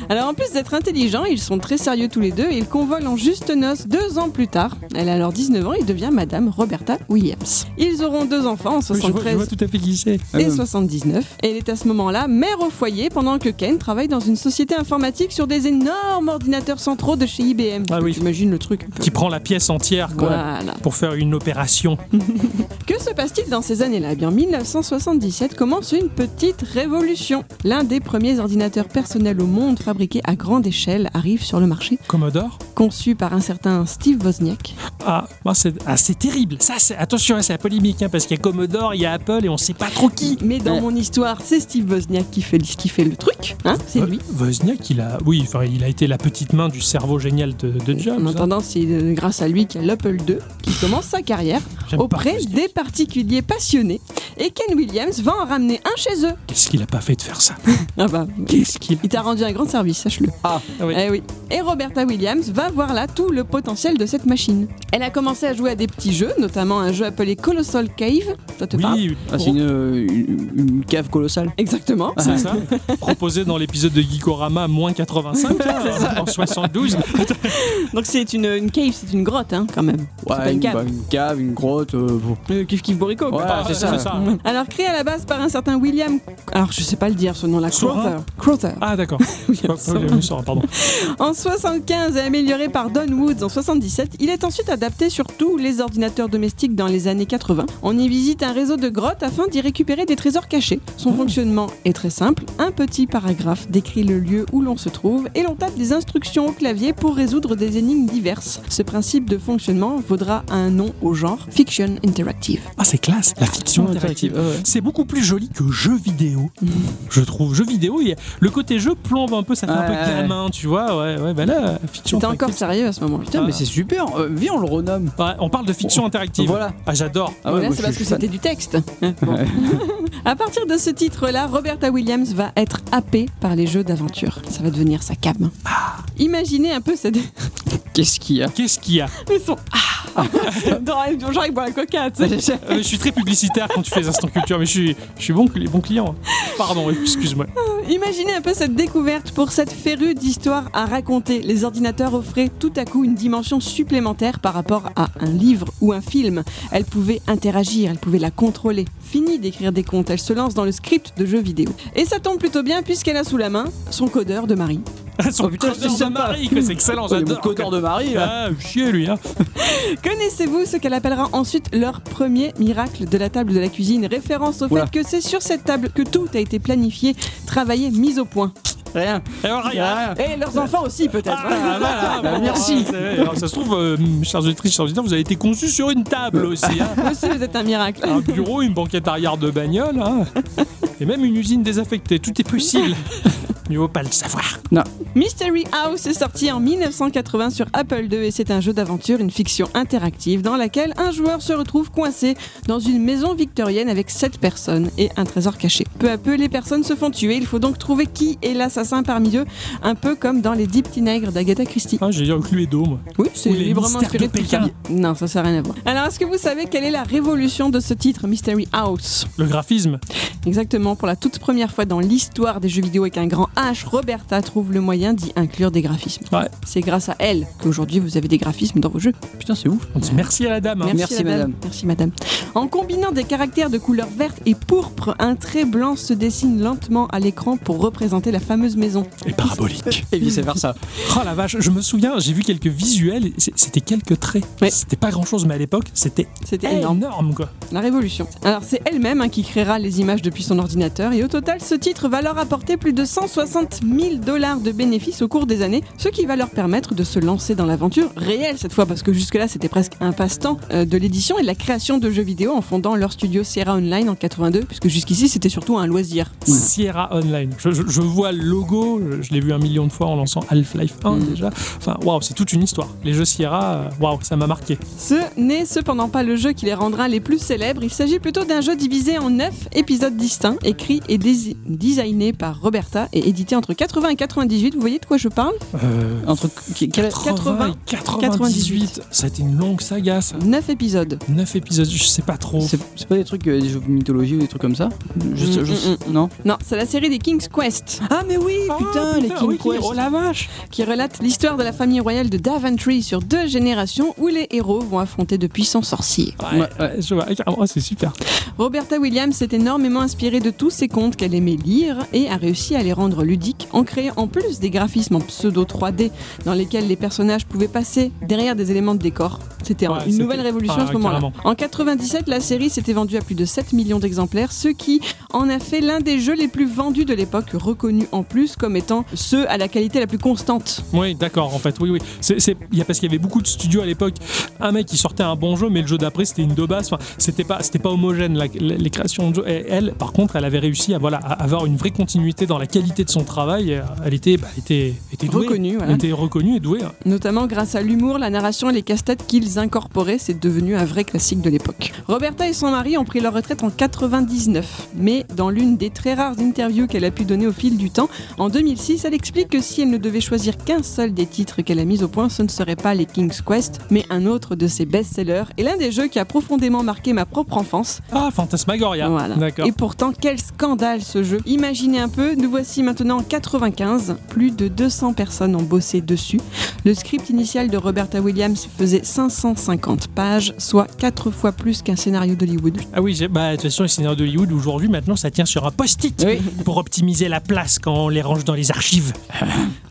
Alors en plus d'être intelligents, ils sont très sérieux tous les deux et ils convolent en juste noces deux ans plus tard. Elle a alors 19 ans et devient Madame Roberta Williams. Ils auront deux enfants en Oui, je, vois, je 73 vois tout à fait qui c'est. et Ah, 79. Et elle est à ce moment-là mère au foyer pendant que Ken travaille dans une société informatique sur des énormes ordinateurs centraux de chez IBM. Ah oui. J'imagine le truc. un peu. Qui prend la pièce entière, quoi. Voilà. Pour faire une opération. Que se passe-t-il dans ces années-là Eh bien, en 1977 commence une petite révolution. L'un des premiers ordinateurs personnels au monde fabriqués à grande échelle arrive sur le marché, Commodore conçu par un certain Steve Wozniak. Ah, bah, c'est ah, c'est terrible. Ça, c'est- attention, hein, c'est la polémique, hein, parce qu'il y a Commodore, il y a Apple, et on sait pas trop qui. Mais dans Ouais. mon histoire, c'est Steve Wozniak qui fait, qui fait le truc. Hein c'est Vo- lui. Wozniak, il a, oui, enfin, il a été la petite main du du cerveau génial de, de Jobs. En hein. attendant, c'est euh, grâce à lui qu'il y a l'Apple II qui commence sa carrière J'aime pas auprès plus des particuliers passionnés. Et Ken Williams va en ramener un chez eux. Qu'est-ce qu'il a pas fait de faire ça Ah bah, Qu'est-ce qu'il il Ah, t'a rendu un grand service, sache-le. Ah oui. Eh oui. Et Roberta Williams va voir là tout le potentiel de cette machine. Elle a commencé à jouer à des petits jeux, notamment un jeu appelé Colossal Cave. Ça te parle Oui, Ah, c'est une, euh, une- une cave colossale. Exactement. c'est ça. Proposé dans l'épisode de Geekorama moins 85 hein, en 72. Donc c'est une, une cave, c'est une grotte hein, quand même. C'est pas une cave. bah, une cave, une grotte. euh, bon. Euh, kiff kiff borico. quoi. Voilà, Ah, c'est ça. Alors créé à la base par un certain William, alors je sais pas le dire ce nom là, Crowther. Sorin. Crowther. Ah d'accord. William Pas- pas Sorin. William Sorin, pardon. En 75 et amélioré par Don Woods en 77, il est ensuite adapté sur tous les ordinateurs domestiques dans les années 80. On y visite un réseau de grottes afin d'y récupérer des trésors cachés. Son fonctionnement est très simple. Un petit paragraphe décrit le lieu où l'on se trouve et l'on tape des instructions au clavier pour résoudre des énigmes diverses. Ce principe de fonctionnement vaudra un nom au genre Fiction Interactive. Ah c'est classe, la fiction interactive. C'est beaucoup plus joli que jeu vidéo, Mm. je trouve. Jeu vidéo, il y a- le côté jeu plombe un peu, ça fait un Ouais, peu ouais. gamin, tu vois. Ouais, ouais, bah là, fiction C'était encore interactive. sérieux à ce moment. Putain, Ah. mais c'est super. Euh, viens, on le renomme. Ouais, on parle de fiction interactive. Oh, Voilà. Ah, j'adore. Ah ouais, là, moi, c'est je parce que suis fan. c'était du texte. Bon. à partir de ce titre-là, Roberta Williams va être happée par les jeux d'aventure. Ça va devenir sa cam. Ah. Imaginez un peu cette. Qu'est-ce qu'il y a Qu'est-ce qu'il y a Ils sont. Ah Dans- Genre, ils boivent la coca, tu sais. Euh, Je suis très publicitaire quand tu fais Instant Culture, mais je suis, je suis bon, cli- bon client. Pardon, excuse-moi. Oh, Imaginez un peu cette découverte pour cette férue d'histoires à raconter. Les ordinateurs offraient tout à coup une dimension supplémentaire par rapport à un livre ou un film. Elle pouvait interagir, elle pouvait la contrôler. Fini d'écrire des contes, elle se lance dans le script de jeux vidéo. Et ça tombe plutôt bien puisqu'elle a sous la main son codeur de Marie. Son Oh, putain, codeur c'est de sympa. Marie, quoi, c'est excellent, Oh, il y a mon j'adore. codeur de Marie, là. Ah, chier lui, hein. Connaissez-vous ce qu'elle appellera ensuite leur premier miracle de la table de la cuisine Référence au Oula. fait que c'est sur cette table que tout a été planifié, travaillé, mis au point. Rien. Et alors, regarde. Rien. Et leurs enfants aussi peut-être. Ah, voilà, Ah, Bah, bon, merci. c'est vrai. Alors, ça se trouve, euh, chers auditrices, chers auditeurs, vous avez été conçus sur une table aussi. hein. Vous aussi vous êtes un miracle. Un bureau, une banquette arrière de bagnole, hein. et même une usine désaffectée. Tout est possible. Il ne faut pas le savoir. Mystery House est sorti en 1980 sur Apple II et c'est un jeu d'aventure, une fiction interactive dans laquelle un joueur se retrouve coincé dans une maison victorienne avec 7 personnes et un trésor caché. Peu à peu, les personnes se font tuer, il faut donc trouver qui est l'assassin parmi eux, un peu comme dans les 10 petits nègres d'Agatha Christie. Ah, J'ai dit Cluedo, moi. Oui, c'est Ou les librement mystères inspiré de de tout ça. Pékin. Non, ça sert à rien à voir. Alors, est-ce que vous savez quelle est la révolution de ce titre, Mystery House Le graphisme. Exactement, pour la toute première fois dans l'histoire des jeux vidéo avec un grand H, Roberta trouve le moyen d'y inclure des graphismes. Ouais. C'est grâce à elle qu'aujourd'hui vous avez des graphismes dans vos jeux. Putain, c'est ouf. On dit merci à la dame. hein. Merci, madame. Merci madame. En combinant des caractères de couleur verte et pourpre, un trait blanc se dessine lentement à l'écran pour représenter la fameuse maison. Et parabolique. Et vice versa. Oh la vache, je me souviens, j'ai vu quelques visuels, et c'est- c'était quelques traits. Ouais. C'était pas grand chose, mais à l'époque, c'était C'était énorme. énorme. quoi. La révolution. Alors c'est elle-même hein, qui créera les images depuis son ordinateur et au total ce titre va leur apporter plus de 160 000 dollars de bénéfices au cours des années, ce qui va leur permettre de se lancer dans l'aventure réelle cette fois parce que jusque-là c'était presque un passe-temps euh, de l'édition et de la création de jeux vidéo en fondant leur studio Sierra Online en 82 puisque jusqu'ici c'était surtout un loisir. Sierra Online. Je, je- je vois le logo, je, je l'ai vu un million de fois en lançant Half-Life 1 déjà. Enfin, waouh, c'est toute une histoire. Les jeux Sierra, euh, waouh, ça m'a marqué. Ce n'est cependant pas le jeu qui les rendra les plus célèbres, il s'agit plutôt d'un jeu divisé en 9 épisodes distincts, écrit et dési- designé par Roberta et édité entre 80 et 98, vous voyez de quoi je parle Euh, Entre. Quel... 80 et 98. Ça a été une longue saga, ça. 9 épisodes. 9 épisodes, je sais pas trop. C'est c'est pas des trucs, euh, des jeux de mythologie ou des trucs comme ça je, sais- je sais- Non Non, c'est la série des King's Quest Mm, Ah, mais oui, Ah, putain, les King oui, Quest. Oh la vache qui relate l'histoire de la famille royale de Daventry sur deux générations où les héros vont affronter de puissants sorciers. Ouais, Ouais. ouais, je vois. Oh, c'est super. Roberta Williams s'est énormément inspirée de tous ces contes qu'elle aimait lire et a réussi à les rendre ludiques en créant en plus des graphismes en pseudo 3D dans lesquels les personnages pouvaient passer derrière des éléments de décor. C'était Ouais, une c'était- nouvelle révolution à Ah, ce moment-là. carrément. En 97, la série s'était vendue à plus de 7 millions d'exemplaires, ce qui en a fait l'un des jeux les plus vendus de l'époque, reconnu en plus comme étant ceux à la qualité la plus constante. Oui, d'accord, en fait, oui, oui. C'est, c'est- il y a- parce qu'il y avait beaucoup de studios à l'époque. Un mec, il sortait un bon jeu, mais le jeu d'après, c'était une daubasse. Enfin, c'était pas, c'était pas homogène, la- la- les créations de jeux. Et elle, par contre, elle avait réussi à, voilà, à avoir une vraie continuité dans la qualité de son travail. Euh, Elle était, bah, elle était, était douée. Reconnu, Elle voilà. était reconnue et douée. hein. Notamment grâce à l'humour, la narration et les casse-têtes qu'ils incorporaient, c'est devenu un vrai classique de l'époque. Roberta et son mari ont pris leur retraite en 99, mais dans l'une des très rares interviews qu'elle a pu donner au fil du temps, en 2006, elle explique que si elle ne devait choisir qu'un seul des titres qu'elle a mis au point, ce ne serait pas les King's Quest, mais un autre de ses best-sellers et l'un des jeux qui a profondément marqué ma propre enfance, Ah, Fantasmagoria. voilà. D'accord. Et pourtant, quel scandale ce jeu. Imaginez un peu, nous voici maintenant en 95. Plus de 200 personnes ont bossé dessus. Le script initial de Roberta Williams faisait 550 pages, soit 4 fois plus qu'un scénario d'Hollywood. Ah oui, j'ai- bah, de toute façon, les scénarios d'Hollywood, aujourd'hui, maintenant, ça tient sur un post-it Eh Oui. pour optimiser la place quand on les range dans les archives.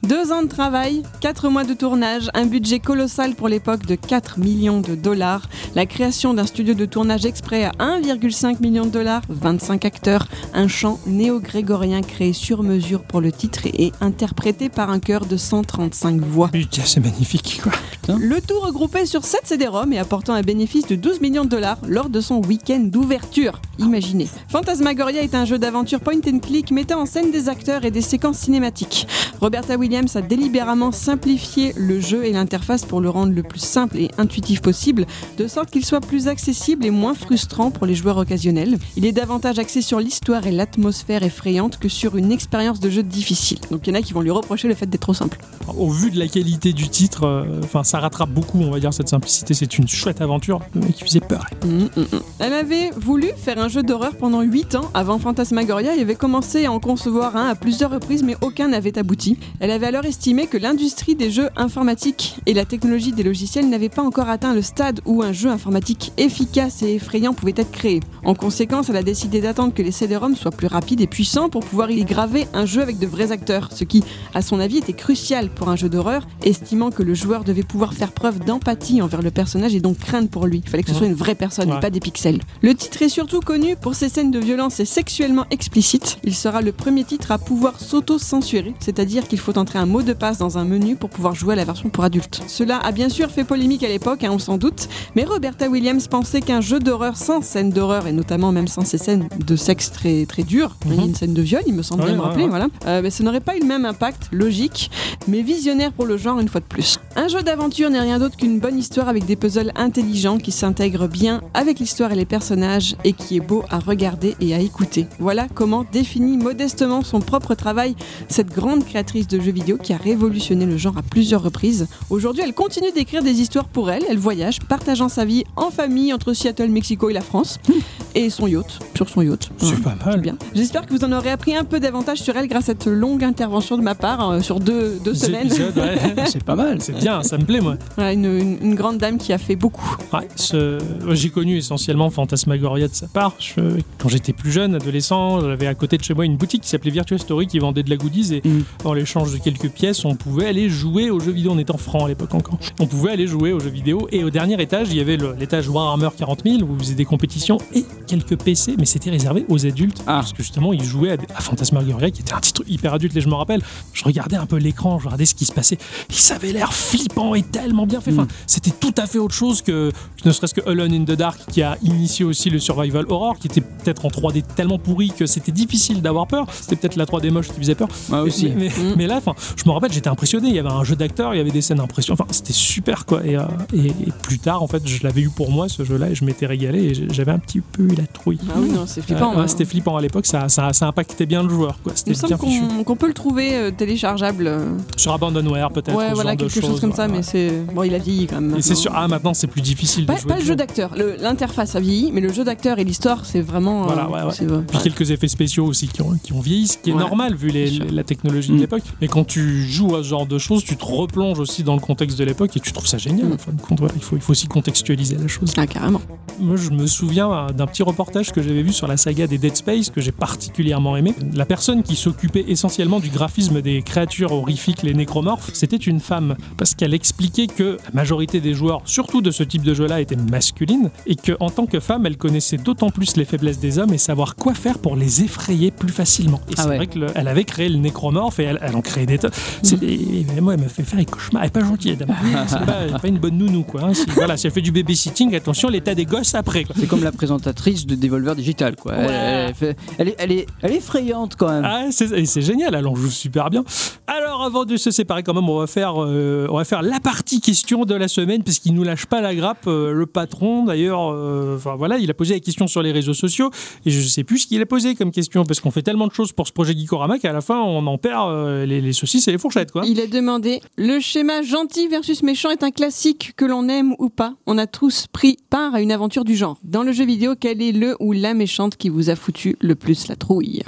Deux ans de travail, quatre mois de tournage, un budget colossal pour l'époque de 4 millions de dollars, la création d'un studio de tournage exprès à 1,5 million de dollars, 25 acteurs, un chant néo-grégorien créé sur mesure pour le titre et interprété par un chœur de 135 voix. Putain, c'est magnifique, quoi. Le tout regroupé sur 7 CD-ROM et apportant un bénéfice de 12 millions de dollars lors de son week-end d'ouverture. Imaginez. Phantasmagoria est un jeu d'aventure point and click mettant en scène des acteurs et des séquences cinématiques. Roberta Williams a délibérément simplifié le jeu et l'interface pour le rendre le plus simple et intuitif possible, de sorte qu'il soit plus accessible et moins frustrant pour les joueurs occasionnels. Il est davantage axé sur l'histoire et l'atmosphère effrayante que sur une expérience de jeu difficile. Donc il y en a qui vont lui reprocher le fait d'être trop simple. Au vu de la qualité du titre, euh, enfin, ça rattrape beaucoup, on va dire, cette simplicité. C'est une chouette aventure, mais qui faisait peur. Mm, mm, mm. Elle avait voulu faire un jeu d'horreur pendant 8 ans avant Fantasmagoria et avait commencé à en concevoir un à plusieurs reprises mais aucun n'avait abouti. Elle avait alors estimé que l'industrie des jeux informatiques et la technologie des logiciels n'avaient pas encore atteint le stade où un jeu informatique efficace et effrayant pouvait être créé. En conséquence, elle a décidé d'attendre que les CD-ROM soient plus rapides et puissants pour pouvoir y graver un jeu avec de vrais acteurs, ce qui, à son avis, était crucial pour un jeu d'horreur, estimant que le joueur devait pouvoir faire preuve d'empathie envers le personnage et donc craindre pour lui. Il fallait que ce soit une vraie personne Ouais. et pas des pixels. Le titre est surtout connu pour ses scènes de violence et sexuellement explicites. Il sera le premier titre à pouvoir s'auto-censurer, c'est-à-dire qu'il faut entrer un mot de passe dans un menu pour pouvoir jouer à la version pour adultes. Cela a bien sûr fait polémique à l'époque, hein, on s'en doute, mais Roberta Williams pensait qu'un jeu d'horreur sans scène d'horreur, et notamment même sans ces scènes de sexe très, très dures, il y a Mhm. une scène de viol, il me semble Ouais, bien me ouais, rappeler, ouais. voilà, Euh, mais ce n'aurait pas eu le même impact logique, mais visionnaire pour le genre une fois de plus. Un jeu d'aventure n'est rien d'autre qu'une bonne histoire avec des puzzles intelligents qui s'intègrent bien avec l'histoire et les personnages et qui est beau à regarder et à écouter. Voilà comment définit modestement son propre travail cette grande créatrice de jeux vidéo qui a révolutionné le genre à plusieurs reprises. Aujourd'hui, elle continue d'écrire des histoires pour elle, elle voyage, partageant sa vie en famille entre Seattle, Mexico et la France, Mmh. et son yacht, sur son yacht. C'est pas mal. Bien. J'espère que vous en aurez appris un peu davantage sur elle grâce à cette longue intervention de ma part euh, sur deux, deux Ces semaines. épisodes, ouais. C'est pas mal. C'est bien, ça me plaît, moi. Voilà, une, une- une grande dame qui a fait beaucoup. Ouais, ce- J'ai connu essentiellement Fantasmagoria de sa part. Je- Quand j'étais plus jeune, adolescent, j'avais à côté de chez moi une boutique qui s'appelait Virtua Story qui vendait de la goodies et Mm. en l'échange de quelques pièces, on pouvait aller jouer aux jeux vidéo. On était en franc à l'époque encore. On pouvait aller jouer aux jeux vidéo et au dernier étage, il y avait le- l'étage Warhammer 40 000 où vous faisiez des compétitions et quelques PC, mais c'était réservé aux adultes Ah. parce que justement ils jouaient à, des- à Fantasmagoria qui était un titre hyper adulte. Et je me rappelle, je regardais un peu l'écran, je regardais ce qui se passait. Ça avait l'air flippant et tellement bien fait. Enfin, Mm. c'était tout à fait autre chose que ne serait-ce que Alone in the Dark qui a initié aussi le survival horror qui était peut-être en 3D tellement pourri que c'était difficile d'avoir peur. C'était peut-être la 3D moche qui faisait peur. Moi aussi. Mais, mais- Mm. mais là, enfin, je me rappelle, j'étais impressionné. Il y avait un jeu d'acteur, il y avait des scènes impressionnantes. Enfin, c'était super quoi. Et, euh, et- et plus tard, en fait, je l'avais eu pour moi ce jeu-là et je m'étais régalé et j'avais un petit peu eu la trouille. Euh, Ah oui, non, c'est flippant. Ouais, ouais, hein. c'était flippant à l'époque, ça, ça, ça impactait bien le joueur. Il Quoi. me C'était semble bien fichu. qu'on qu'on peut le trouver euh, téléchargeable. euh, Sur Abandonware, peut-être. ou Ouais, ce voilà, genre de quelque chose comme ouais, ça, ouais. mais c'est. Bon, il a vieilli quand même. Et c'est maintenant. sûr, ah maintenant c'est plus difficile Pas, de jouer. pas le jeu dedans. d'acteur, le- l'interface a vieilli, mais le jeu d'acteur et l'histoire, c'est vraiment. euh, Voilà, ouais, ouais. c'est, euh, Puis quelques effets spéciaux aussi qui ont, qui ont vieilli, ce qui est Ouais, normal vu les- c'est sûr. les- la technologie Mm. de l'époque. Mais quand tu joues à ce genre de choses, tu te replonges aussi dans le contexte de l'époque et tu trouves ça génial. Mm. En fin de compte, ouais. il, faut, il faut aussi contextualiser la chose. Ah, carrément. Moi, je me souviens euh, d'un petit reportage que j'avais vu sur la saga des Dead Space que j'ai particulièrement aimé. La personne qui s'occupait essentiellement du graphisme des créatures horrifiques, les nécromorphes, c'était une femme parce qu'elle expliquait que la majorité des joueurs, surtout de ce type de jeu-là, étaient masculines et que en tant que femme, elle connaissait d'autant plus les faiblesses des hommes et savoir quoi faire pour les effrayer plus facilement. Et Ah c'est ouais. vrai qu'elle avait créé le nécromorphe et elle, elle en créait des tas. Mhm. C'est- et- et Moi, elle me fait faire des cauchemars. Elle est pas gentille, la dame. C'est pas, elle est pas une bonne nounou, quoi. hein. Si, voilà, si elle fait du babysitting, attention, l'état des gosses après. quoi. C'est comme la présentatrice de Devolver Digital, quoi. Elle, elle fait- elle est, elle, est, elle est effrayante quand même. Ah, c'est et c'est génial, elle en joue super bien. Alors, avant de se séparer, quand même, on va faire, euh, on va faire la partie question de la semaine, puisqu'il nous lâche pas la grappe, euh, le patron. D'ailleurs, euh, enfin voilà, il a posé la question sur les réseaux sociaux, et je sais plus ce qu'il a posé comme question, parce qu'on fait tellement de choses pour ce projet Gikorama qu'à la fin, on en perd euh, les, les saucisses et les fourchettes, quoi. Il a demandé Le schéma gentil versus méchant est un classique que l'on aime ou pas. On a tous pris part à une aventure du genre. Dans le jeu vidéo, quel est le ou la méchante qui vous a foutu le plus la trouille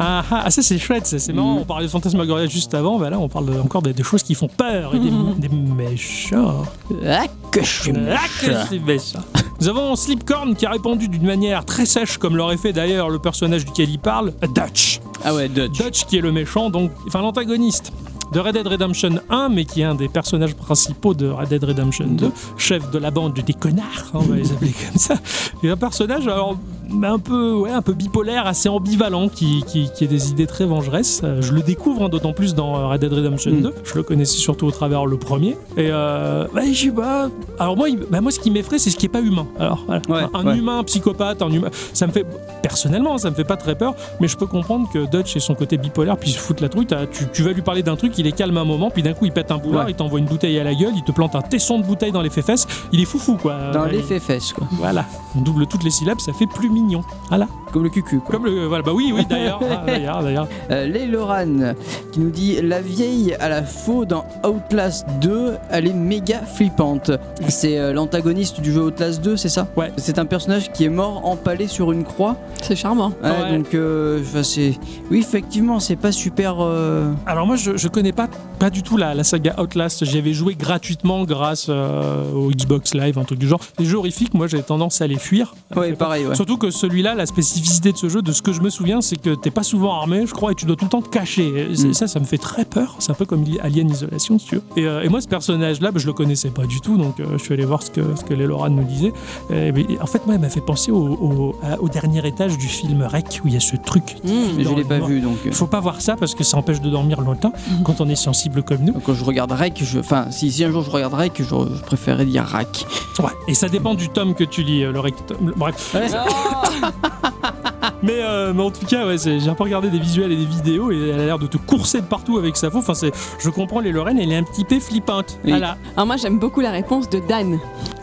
Ah, ah, ah, ça c'est chouette, ça, c'est marrant. Mm. On parlait de Fantasmagoria juste avant, bah là on parle encore des, des choses qui font peur et des, Mm. des méchants. Ah, que je suis Ah, que moche. c'est méchant. Nous avons Slipcorn qui a répondu d'une manière très sèche, comme l'aurait fait d'ailleurs le personnage duquel il parle, Dutch. Ah ouais, Dutch. Dutch qui est le méchant, donc, enfin l'antagoniste de Red Dead Redemption 1, mais qui est un des personnages principaux de Red Dead Redemption 2, chef de la bande des connards, hein, on va les appeler comme ça. Et un personnage, alors, bah, un peu, ouais, un peu bipolaire, assez ambivalent, qui, qui, qui a des idées très vengeresses. Euh, Je le découvre hein, d'autant plus dans Red Dead Redemption Mm. 2. Je le connaissais surtout au travers le premier. Et euh, bah, je sais pas. Alors moi, il- bah, moi, ce qui m'effraie, c'est ce qui est pas humain. Alors, voilà. Ouais, un, un ouais. humain psychopathe, un humain, ça me fait personnellement, hein, ça me fait pas très peur, mais je peux comprendre que Dutch et son côté bipolaire puissent foutre la trouille. T'as- Tu, tu vas lui parler d'un truc, il est calme un moment, puis d'un coup il pète un boulard, Ouais. il t'envoie une bouteille à la gueule, il te plante un tesson de bouteille dans les fesses. Il est foufou quoi. Dans Ouais, les fesses, quoi. Voilà, on double toutes les syllabes, ça fait plus mignon. Voilà, Comme le cucu, quoi. comme le voilà bah oui oui d'ailleurs ah, d'ailleurs d'ailleurs. Euh, les Loran qui nous dit La vieille à la faux dans Outlast 2, elle est méga flippante. C'est euh, l'antagoniste du jeu Outlast 2, c'est ça Ouais. C'est un personnage qui est mort empalé sur une croix. C'est charmant. Ouais, Ouais. Donc, euh, enfin, c'est. Oui, effectivement, c'est pas super. euh, Alors moi je, je connais pas pas du tout la, la saga Outlast. J'y avais joué gratuitement grâce euh, au Xbox Live un truc du genre. Les jeux horrifiques moi j'ai tendance à les fuir. Ouais, pareil, ouais. Surtout que celui-là, la spécificité de ce jeu, de ce que je me souviens, c'est que t'es pas souvent armé, je crois, et tu dois tout le temps te cacher. Et c'est- Mm. Ça, ça me fait très peur. C'est un peu comme Alien Isolation, si tu veux. Et, euh, et moi, ce personnage-là, bah, je le connaissais pas du tout, donc euh, je suis allé voir ce que, ce que les Laura nous disaient. Et, bah, en fait, moi, elle m'a fait penser au, au- à- au dernier étage du film Rec, où il y a ce truc. Mais je dans l'ai le pas noir. vu donc. euh, Faut pas voir ça parce que ça empêche de dormir longtemps Mm. quand on est sensible comme nous. Quand je regarderai que je. Enfin, si, si un jour je regarderai que je, je préférerais dire rack. Ouais. Et ça dépend du tome que tu lis, euh, le Rec. tome- Bref, Ouais, Mais, euh, mais en tout cas, ouais, c'est- j'ai un peu regardé des visuels et des vidéos et elle a l'air de te courser de partout avec sa faux. Enfin, c'est, je comprends les Lorraine, elle est un petit peu flippante. Oui. Voilà. Alors, moi, j'aime beaucoup la réponse de Dan,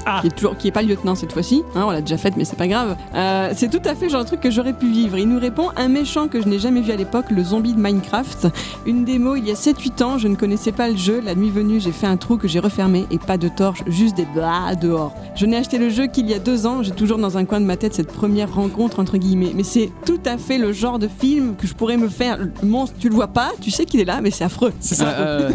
Ah. qui, est toujours, qui est pas lieutenant cette fois-ci. Hein, on l'a déjà faite, mais c'est pas grave. Euh, c'est tout à fait le genre de truc que j'aurais pu vivre. Il nous répond Un méchant que je n'ai jamais vu à l'époque, le zombie de Minecraft. Une démo il y a 7-8 ans, je ne connaissais pas le jeu. La nuit venue, j'ai fait un trou que j'ai refermé et pas de torche, juste des bah dehors. Je n'ai acheté le jeu qu'il y a deux ans. J'ai toujours dans un coin de ma tête cette première rencontre, entre guillemets. Mais c'est tout à fait le genre de film que je pourrais me faire. Le monstre, tu le vois pas, tu sais qu'il est là, mais c'est affreux. C'est ça. Euh,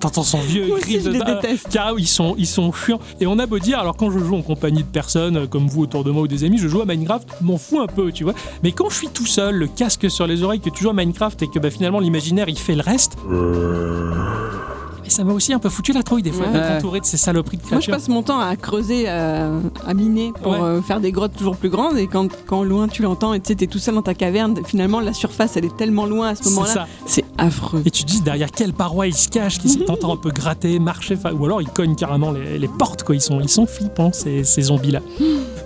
T'entends son vieux Bah, Moi cri aussi, je de les Ah, déteste. car ils sont, ils sont chiants. Et on a beau dire, alors quand je joue en compagnie de personnes euh, comme vous autour de moi ou des amis, je joue à Minecraft, m'en fous un peu, tu vois. Mais quand je suis tout seul, le casque sur les oreilles, que tu joues à Minecraft et que bah, finalement l'imaginaire il fait le reste. Et ça m'a aussi un peu foutu la trouille des fois, Ouais. d'être entouré de ces saloperies de Moi, je créatures. passe mon temps à creuser, euh, à miner pour Ouais. euh, faire des grottes toujours plus grandes. Et quand, quand loin tu l'entends, et tu sais, t'es tout seul dans ta caverne, finalement, la surface, elle est tellement loin à ce c'est moment-là. ça. C'est affreux. Et tu te dis derrière quelle paroi il se cache, qui t'entend un peu gratter, marcher, enfin, ou alors ils cognent carrément les, les portes, quoi. Ils sont, ils sont flippants, ces, ces zombies-là.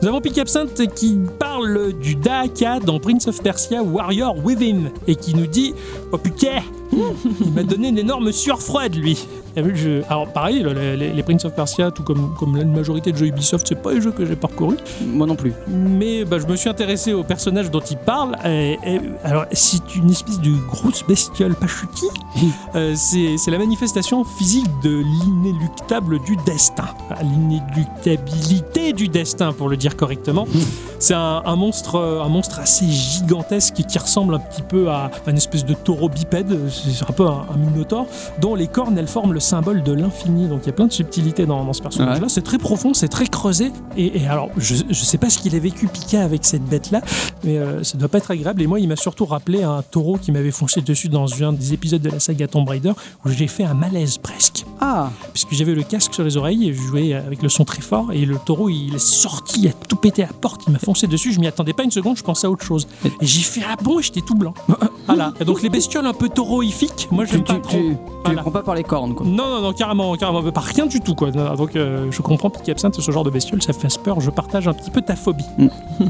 Nous avons Pic Absinthe qui parle du Daaka dans Prince of Persia Warrior Within et qui nous dit Oh putain Il m'a donné une énorme sueur froide, lui T'as vu le jeu Alors, pareil, le- le- les, les Prince of Persia, tout comme, comme la majorité de jeux Ubisoft, c'est pas les jeux que j'ai parcouru moi non plus. mais bah, je me suis intéressé au personnage dont il parle. et- et- alors, c'est une espèce de grosse bestiole pachuki. Euh, c'est c'est la manifestation physique de l'inéluctable du destin. Ah, L'inéluctabilité du destin, pour le dire correctement. C'est un, un monstre, euh, un monstre assez gigantesque qui ressemble un petit peu à une espèce de taureau bipède. c'est un peu un, un minotaure, dont les cornes, elles forment le symbole de l'infini. Donc il y a plein de subtilités dans, dans ce personnage-là. C'est très profond, c'est très creusé. Et, et alors, je, je sais pas ce qu'il a vécu Pika avec cette bête-là, mais euh, ça doit pas être agréable. Et moi, il m'a surtout rappelé un taureau qui m'avait foncé dessus dans un des épisodes de la saga Tomb Raider, où j'ai fait un malaise presque Ah, puisque j'avais le casque sur les oreilles et je jouais avec le son très fort et le taureau il est sorti, il a tout pété à la porte, il m'a foncé dessus, je m'y attendais pas une seconde, je pensais à autre chose. Et j'ai fait un bond et j'étais tout blanc. voilà. Et donc les bestioles un peu tauroïfiques, moi tu, j'aime tu, pas tu, trop. tu les Voilà. prends pas par les cornes, quoi. Non, non, non, carrément, carrément, pas rien du tout, quoi. Non, Donc, euh, je comprends Picky Absinthe, ce genre de bestiole, ça fasse peur. Je partage un petit peu ta phobie. Mm.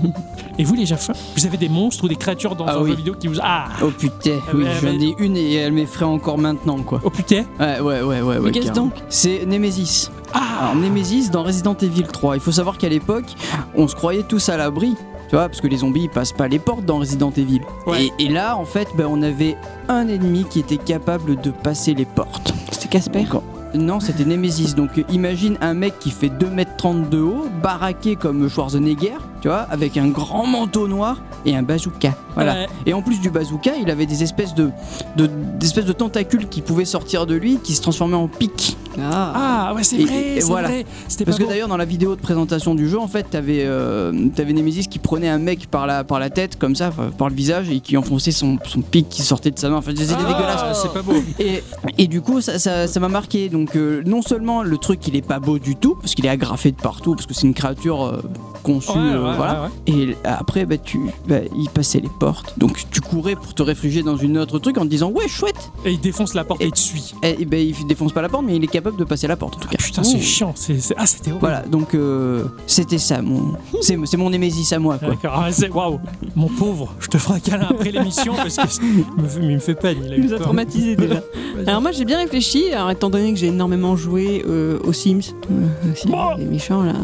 et vous, les Jaffins, vous avez des monstres ou des créatures dans Ah un oui. jeu vidéo qui vous. Ah Oh putain, Ah oui, ouais, j'en mais- ai une et elle m'effraie encore maintenant, quoi. Oh putain Ouais, ouais, ouais, ouais. ouais, qu'est-ce carrément. donc C'est Nemesis. Ah Alors, Nemesis dans Resident Evil 3. Il faut savoir qu'à l'époque, on se croyait tous à l'abri, tu vois, parce que les zombies ils passent pas les portes dans Resident Evil. Ouais. Et, et là, en fait, ben, on avait un ennemi qui était capable de passer les portes. C'était Casper. Donc, Non, c'était Nemesis. Donc euh, imagine un mec qui fait 2m30 de haut, baraqué comme Schwarzenegger, tu vois, avec un grand manteau noir et un bazooka. Voilà. Ouais. Et en plus du bazooka, il avait des espèces de, de, d'espèces de tentacules qui pouvaient sortir de lui, qui se transformaient en pics. Ah. Ah, ouais, c'est Et- vrai, et c'est voilà. vrai. C'était Parce pas que bon. d'ailleurs, dans la vidéo de présentation du jeu, en fait, t'avais, euh, t'avais Nemesis qui prenait un mec par la, par la tête, comme ça, enfin, par le visage, et qui enfonçait son, son pic qui sortait de sa main. Enfin, c'était Ah, dégueulasse. C'est pas beau. Et, et du coup, ça ça- ça m'a marqué. Donc, euh, non seulement le truc, il est pas beau du tout, parce qu'il est agrafé de partout, parce que c'est une créature euh, conçue. Ouais, ouais, euh, ouais, voilà. ouais. Et après, bah, tu, bah, il passait les portes. Donc, tu courais pour te réfugier dans une autre truc en te disant Ouais, chouette Et il défonce la porte et, Et- il te suit. Ah, Et, et ben, il défonce pas la porte, mais il est capable de passer la porte en tout cas. Putain, c'est Ouh. chiant. c'est c'est- Ah, c'était horrible. Voilà, donc euh, c'était ça, mon. C'est c'est mon Némésis à moi, quoi. D'accord, ah, c'est- waouh, mon pauvre, je te ferai un câlin après l'émission parce que c'est- il me fait, mais il me fait peine. Il a Il eu nous a peur. traumatisés déjà. Alors moi j'ai bien réfléchi, alors étant donné que j'ai énormément joué euh, aux Sims, euh, aussi, Oh les méchants là,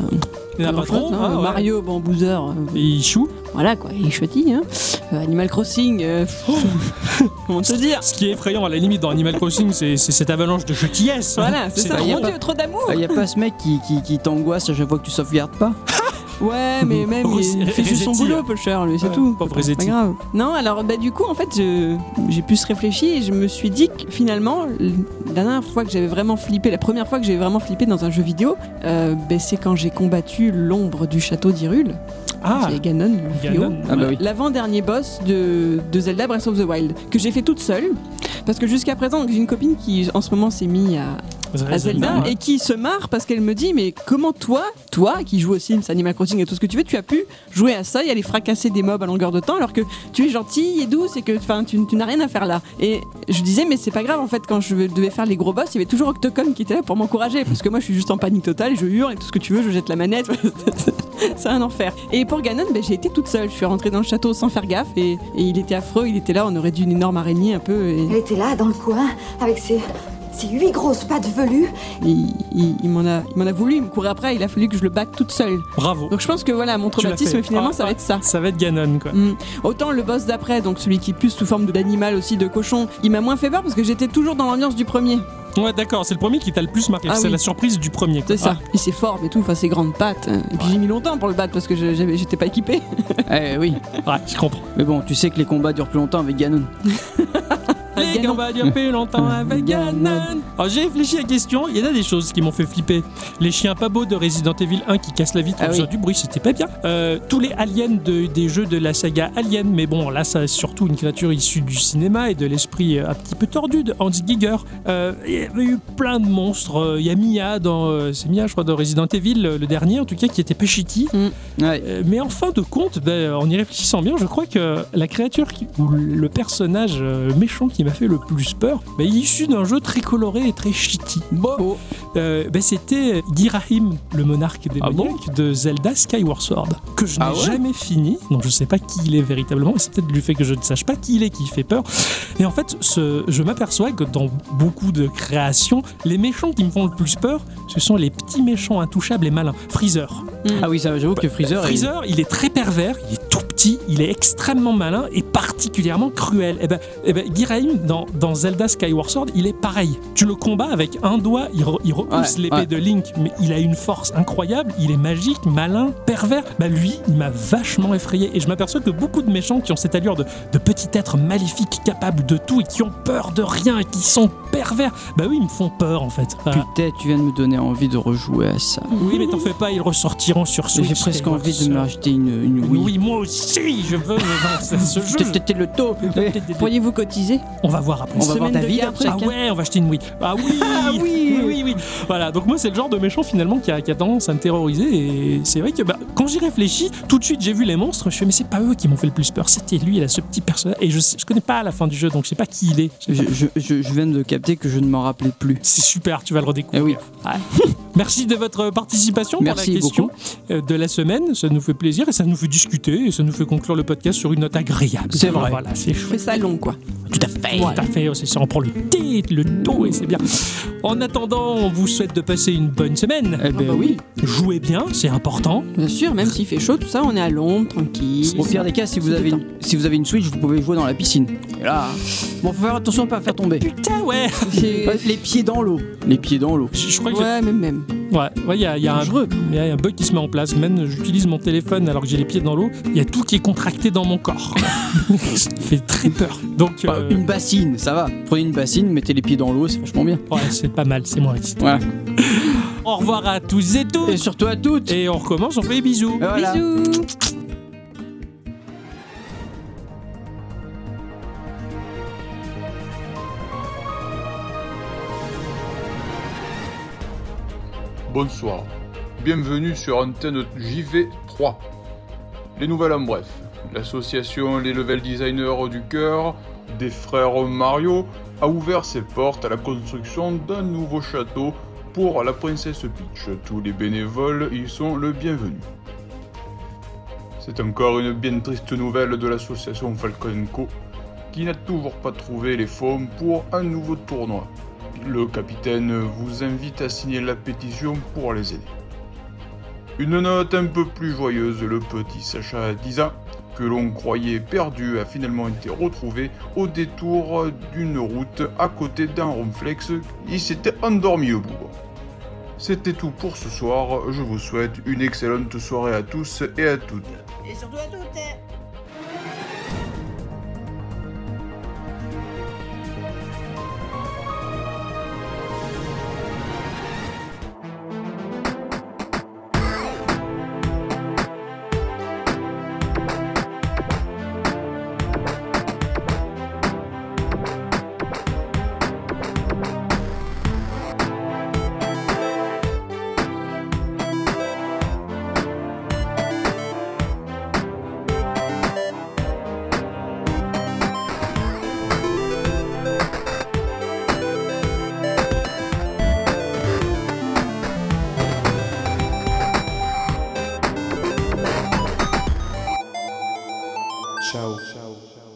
Il y en a Alors, pas trop. hein, hein, ouais. Mario, bon, Boozer, euh, Et il choue, voilà quoi, il chouetille, hein. Euh, Animal Crossing, euh, Oh. comment te dire ce qui est effrayant à la limite dans Animal Crossing, c'est c'est cette avalanche de hein. chutillesse. Voilà, c'est ça, trop mon bien. dieu, trop d'amour Il Ah, y a pas ce mec qui, qui, qui t'angoisse à chaque fois que tu sauvegardes pas Ouais, mais même, Rossi- il fait juste son Resetti, boulot, hein. Pusher, lui, c'est Ouais, tout. pauvre C'est pas Resetti. grave. Non, alors, bah, du coup, en fait, je- j'ai plus réfléchi et je me suis dit que finalement, la dernière fois que j'avais vraiment flippé, la première fois que j'ai vraiment flippé dans un jeu vidéo, euh, bah, c'est quand j'ai combattu l'ombre du château d'Irule. Ah, C'est Ganon, le fléau. Ganon. Ah bah oui. l'avant-dernier boss de, de Zelda Breath of the Wild, que j'ai fait toute seule. Parce que jusqu'à présent, donc, j'ai une copine qui en ce moment s'est mise à, à Zelda ouais. et qui se marre parce qu'elle me dit Mais comment toi, toi qui joues aux Sims, Animal Crossing et tout ce que tu veux, tu as pu jouer à ça et aller fracasser des mobs à longueur de temps alors que tu es gentille et douce et que enfin, tu, tu n'as rien à faire là Et je disais Mais c'est pas grave en fait, quand je devais faire les gros boss, il y avait toujours Octocom qui était là pour m'encourager parce que moi je suis juste en panique totale, je hurle et tout ce que tu veux, je jette la manette. c'est un enfer. Et pour Ganon, ben, j'ai été toute seule. Je suis rentrée dans le château sans faire gaffe et, et il était affreux, il était là, on aurait dû une énorme araignée un peu. Et... Elle était là, dans le coin, avec ses, ses huit grosses pattes velues. Il, il- il m'en a, il m'en a voulu, il me courait après, il a fallu que je le batte toute seule. Bravo. Donc je pense que voilà, mon Tu l'as traumatisme fait. finalement, Ah, ça va ah, être ça. Ça va être Ganon, quoi. Mm. Autant le boss d'après, donc celui qui est plus sous forme de- d'animal aussi, de cochon, il m'a moins fait peur parce que j'étais toujours dans l'ambiance du premier. Ouais, d'accord, c'est le premier qui t'a le plus marqué. Ah c'est oui. la surprise du premier. quoi. C'est ça. Et ses formes et tout, enfin ses grandes pattes. Et puis j'ai mis longtemps pour le battre parce que je- j'avais- j'étais pas équipée. Eh oui, Ah, ouais, je comprends. mais bon, tu sais que les combats durent plus longtemps avec Ganon. Avec Les Ganon. gars, on va dire plus longtemps avec Ganon. Alors j'ai réfléchi à la question, il y en a des choses qui m'ont fait flipper. Les chiens pas beaux de Resident Evil 1 qui cassent la vitre Ah en faisant oui. du bruit, c'était pas bien. Euh, tous les aliens de- des jeux de la saga Alien, mais bon là ça c'est surtout une créature issue du cinéma et de l'esprit euh, un petit peu tordu de Hans Giger. Euh, Il y avait eu plein de monstres, Euh, il y a Mia dans... euh, c'est Mia je crois dans Resident Evil, euh, le dernier en tout cas, qui était pas shitty. Ouais. Euh, mais en fin de compte, ben, en y réfléchissant bien, je crois que la créature qui- ou le personnage euh, méchant qui m'a fait le plus peur, ben, il est issu d'un jeu très coloré et très shitty. Bon, Oh. euh, ben, c'était Girahim, le monarque des Ah bon de Zelda Skyward Sword, que je n'ai Ah ouais jamais fini. Donc je sais pas qui il est véritablement. et C'est peut-être du fait que je ne sache pas qui il est qui fait peur. Et en fait, ce- je m'aperçois que dans beaucoup de créations, les méchants qui me font le plus peur, ce sont les petits méchants intouchables et malins. Freezer. Ah oui, ça, j'avoue que Freezer. il- Freezer, il est très pervers, il est tout petit, petit, il est extrêmement malin et particulièrement cruel. Et ben, eh ben, Giraim, dans, dans Zelda Skyward Sword, il est pareil. Tu le combats avec un doigt, il, re- il repousse Ouais, l'épée ouais. de Link, mais il a une force incroyable, il est magique, malin, pervers. Bah lui, il m'a vachement effrayé et je m'aperçois que beaucoup de méchants qui ont cette allure de, de petit être maléfique, capable de tout et qui ont peur de rien et qui sont pervers, bah oui, ils me font peur en fait. Ah, Putain, tu viens de me donner envie de rejouer à ça. oui, mais t'en fais pas, ils ressortiront sur Switch. J'ai presque Skyward envie de Sword. me racheter une, une Oui. Wii. moi aussi, je veux me lancer ce jeu. Peut-être le taux. Eh, Pourriez-vous cotiser On va voir après. On va voir Semaine de David garde après. hein. Ah ouais, on va acheter une Wii. Ah oui, oui, oui, oui, Voilà, donc moi c'est le genre de méchant finalement qui a, qui a tendance à me terroriser et c'est vrai que bah, quand j'y réfléchis, tout de suite j'ai vu les monstres, je me suis dit, mais c'est pas eux qui m'ont fait le plus peur, c'était lui, là, ce petit personnage. Et je, sais- je connais pas la fin du jeu, donc je sais pas qui il est. Je sais Je, pas. je- je- je viens de capter que je ne m'en rappelais plus. C'est super, tu vas le redécouvrir. Eh oui. Ouais. Merci de votre participation Merci pour la question beaucoup. euh, de la semaine. Ça nous fait plaisir et ça nous fait discuter et ça nous fait conclure le podcast sur une note agréable. C'est vrai. Voilà, c'est Je chouette. fais ça long, quoi. Tout à fait. Tout à fait, oh, c'est ça, on prend le thé, le dos et c'est bien. En attendant, on vous souhaite de passer une bonne semaine. Eh ben bah oui. oui. Jouez bien, c'est important. Bien sûr, même s'il fait chaud, tout ça, on est à l'ombre, tranquille. Au pire des cas, si vous, C'est avez une, si vous avez une Switch, vous pouvez jouer dans la piscine. Et là. Bon, faut faire attention à pas faire tomber. Putain, ouais C'est- Pas- Les pieds dans l'eau. Les pieds dans l'eau. Je, je crois que Ouais, même, même. j'ai- ouais, ouais, il y a, il y a un Dangereux. il y a un bug qui se met en place. Même j'utilise mon téléphone alors que j'ai les pieds dans l'eau, il y a tout qui est contracté dans mon corps. Ça fait très peur. Donc, Enfin, euh, Une bassine, ça va. Prenez une bassine, mettez les pieds dans l'eau, c'est vachement bien. ouais, c'est pas mal, c'est moins risqué. Voilà. Au revoir à tous et Et Ah toutes surtout à toutes. Et on recommence, on fait des bisous Et voilà. Bisous Bonsoir. Bienvenue sur Antenne JV3. Les nouvelles en bref. L'association Les Level Designers du Cœur des frères Mario a ouvert ses portes à la construction d'un nouveau château pour la princesse Peach. Tous les bénévoles y sont le bienvenu. C'est encore une bien triste nouvelle de l'association Falcon Co qui n'a toujours pas trouvé les fonds pour un nouveau tournoi. Le capitaine vous invite à signer la pétition pour les aider. Une note un peu plus joyeuse, le petit Sacha Disa, que l'on croyait perdu, a finalement été retrouvé au détour d'une route à côté d'un ronflex. Il s'était endormi au bout. C'était tout pour ce soir. Je vous souhaite une excellente soirée à tous et à toutes. Et surtout à toutes hein. Ciao. Ciao.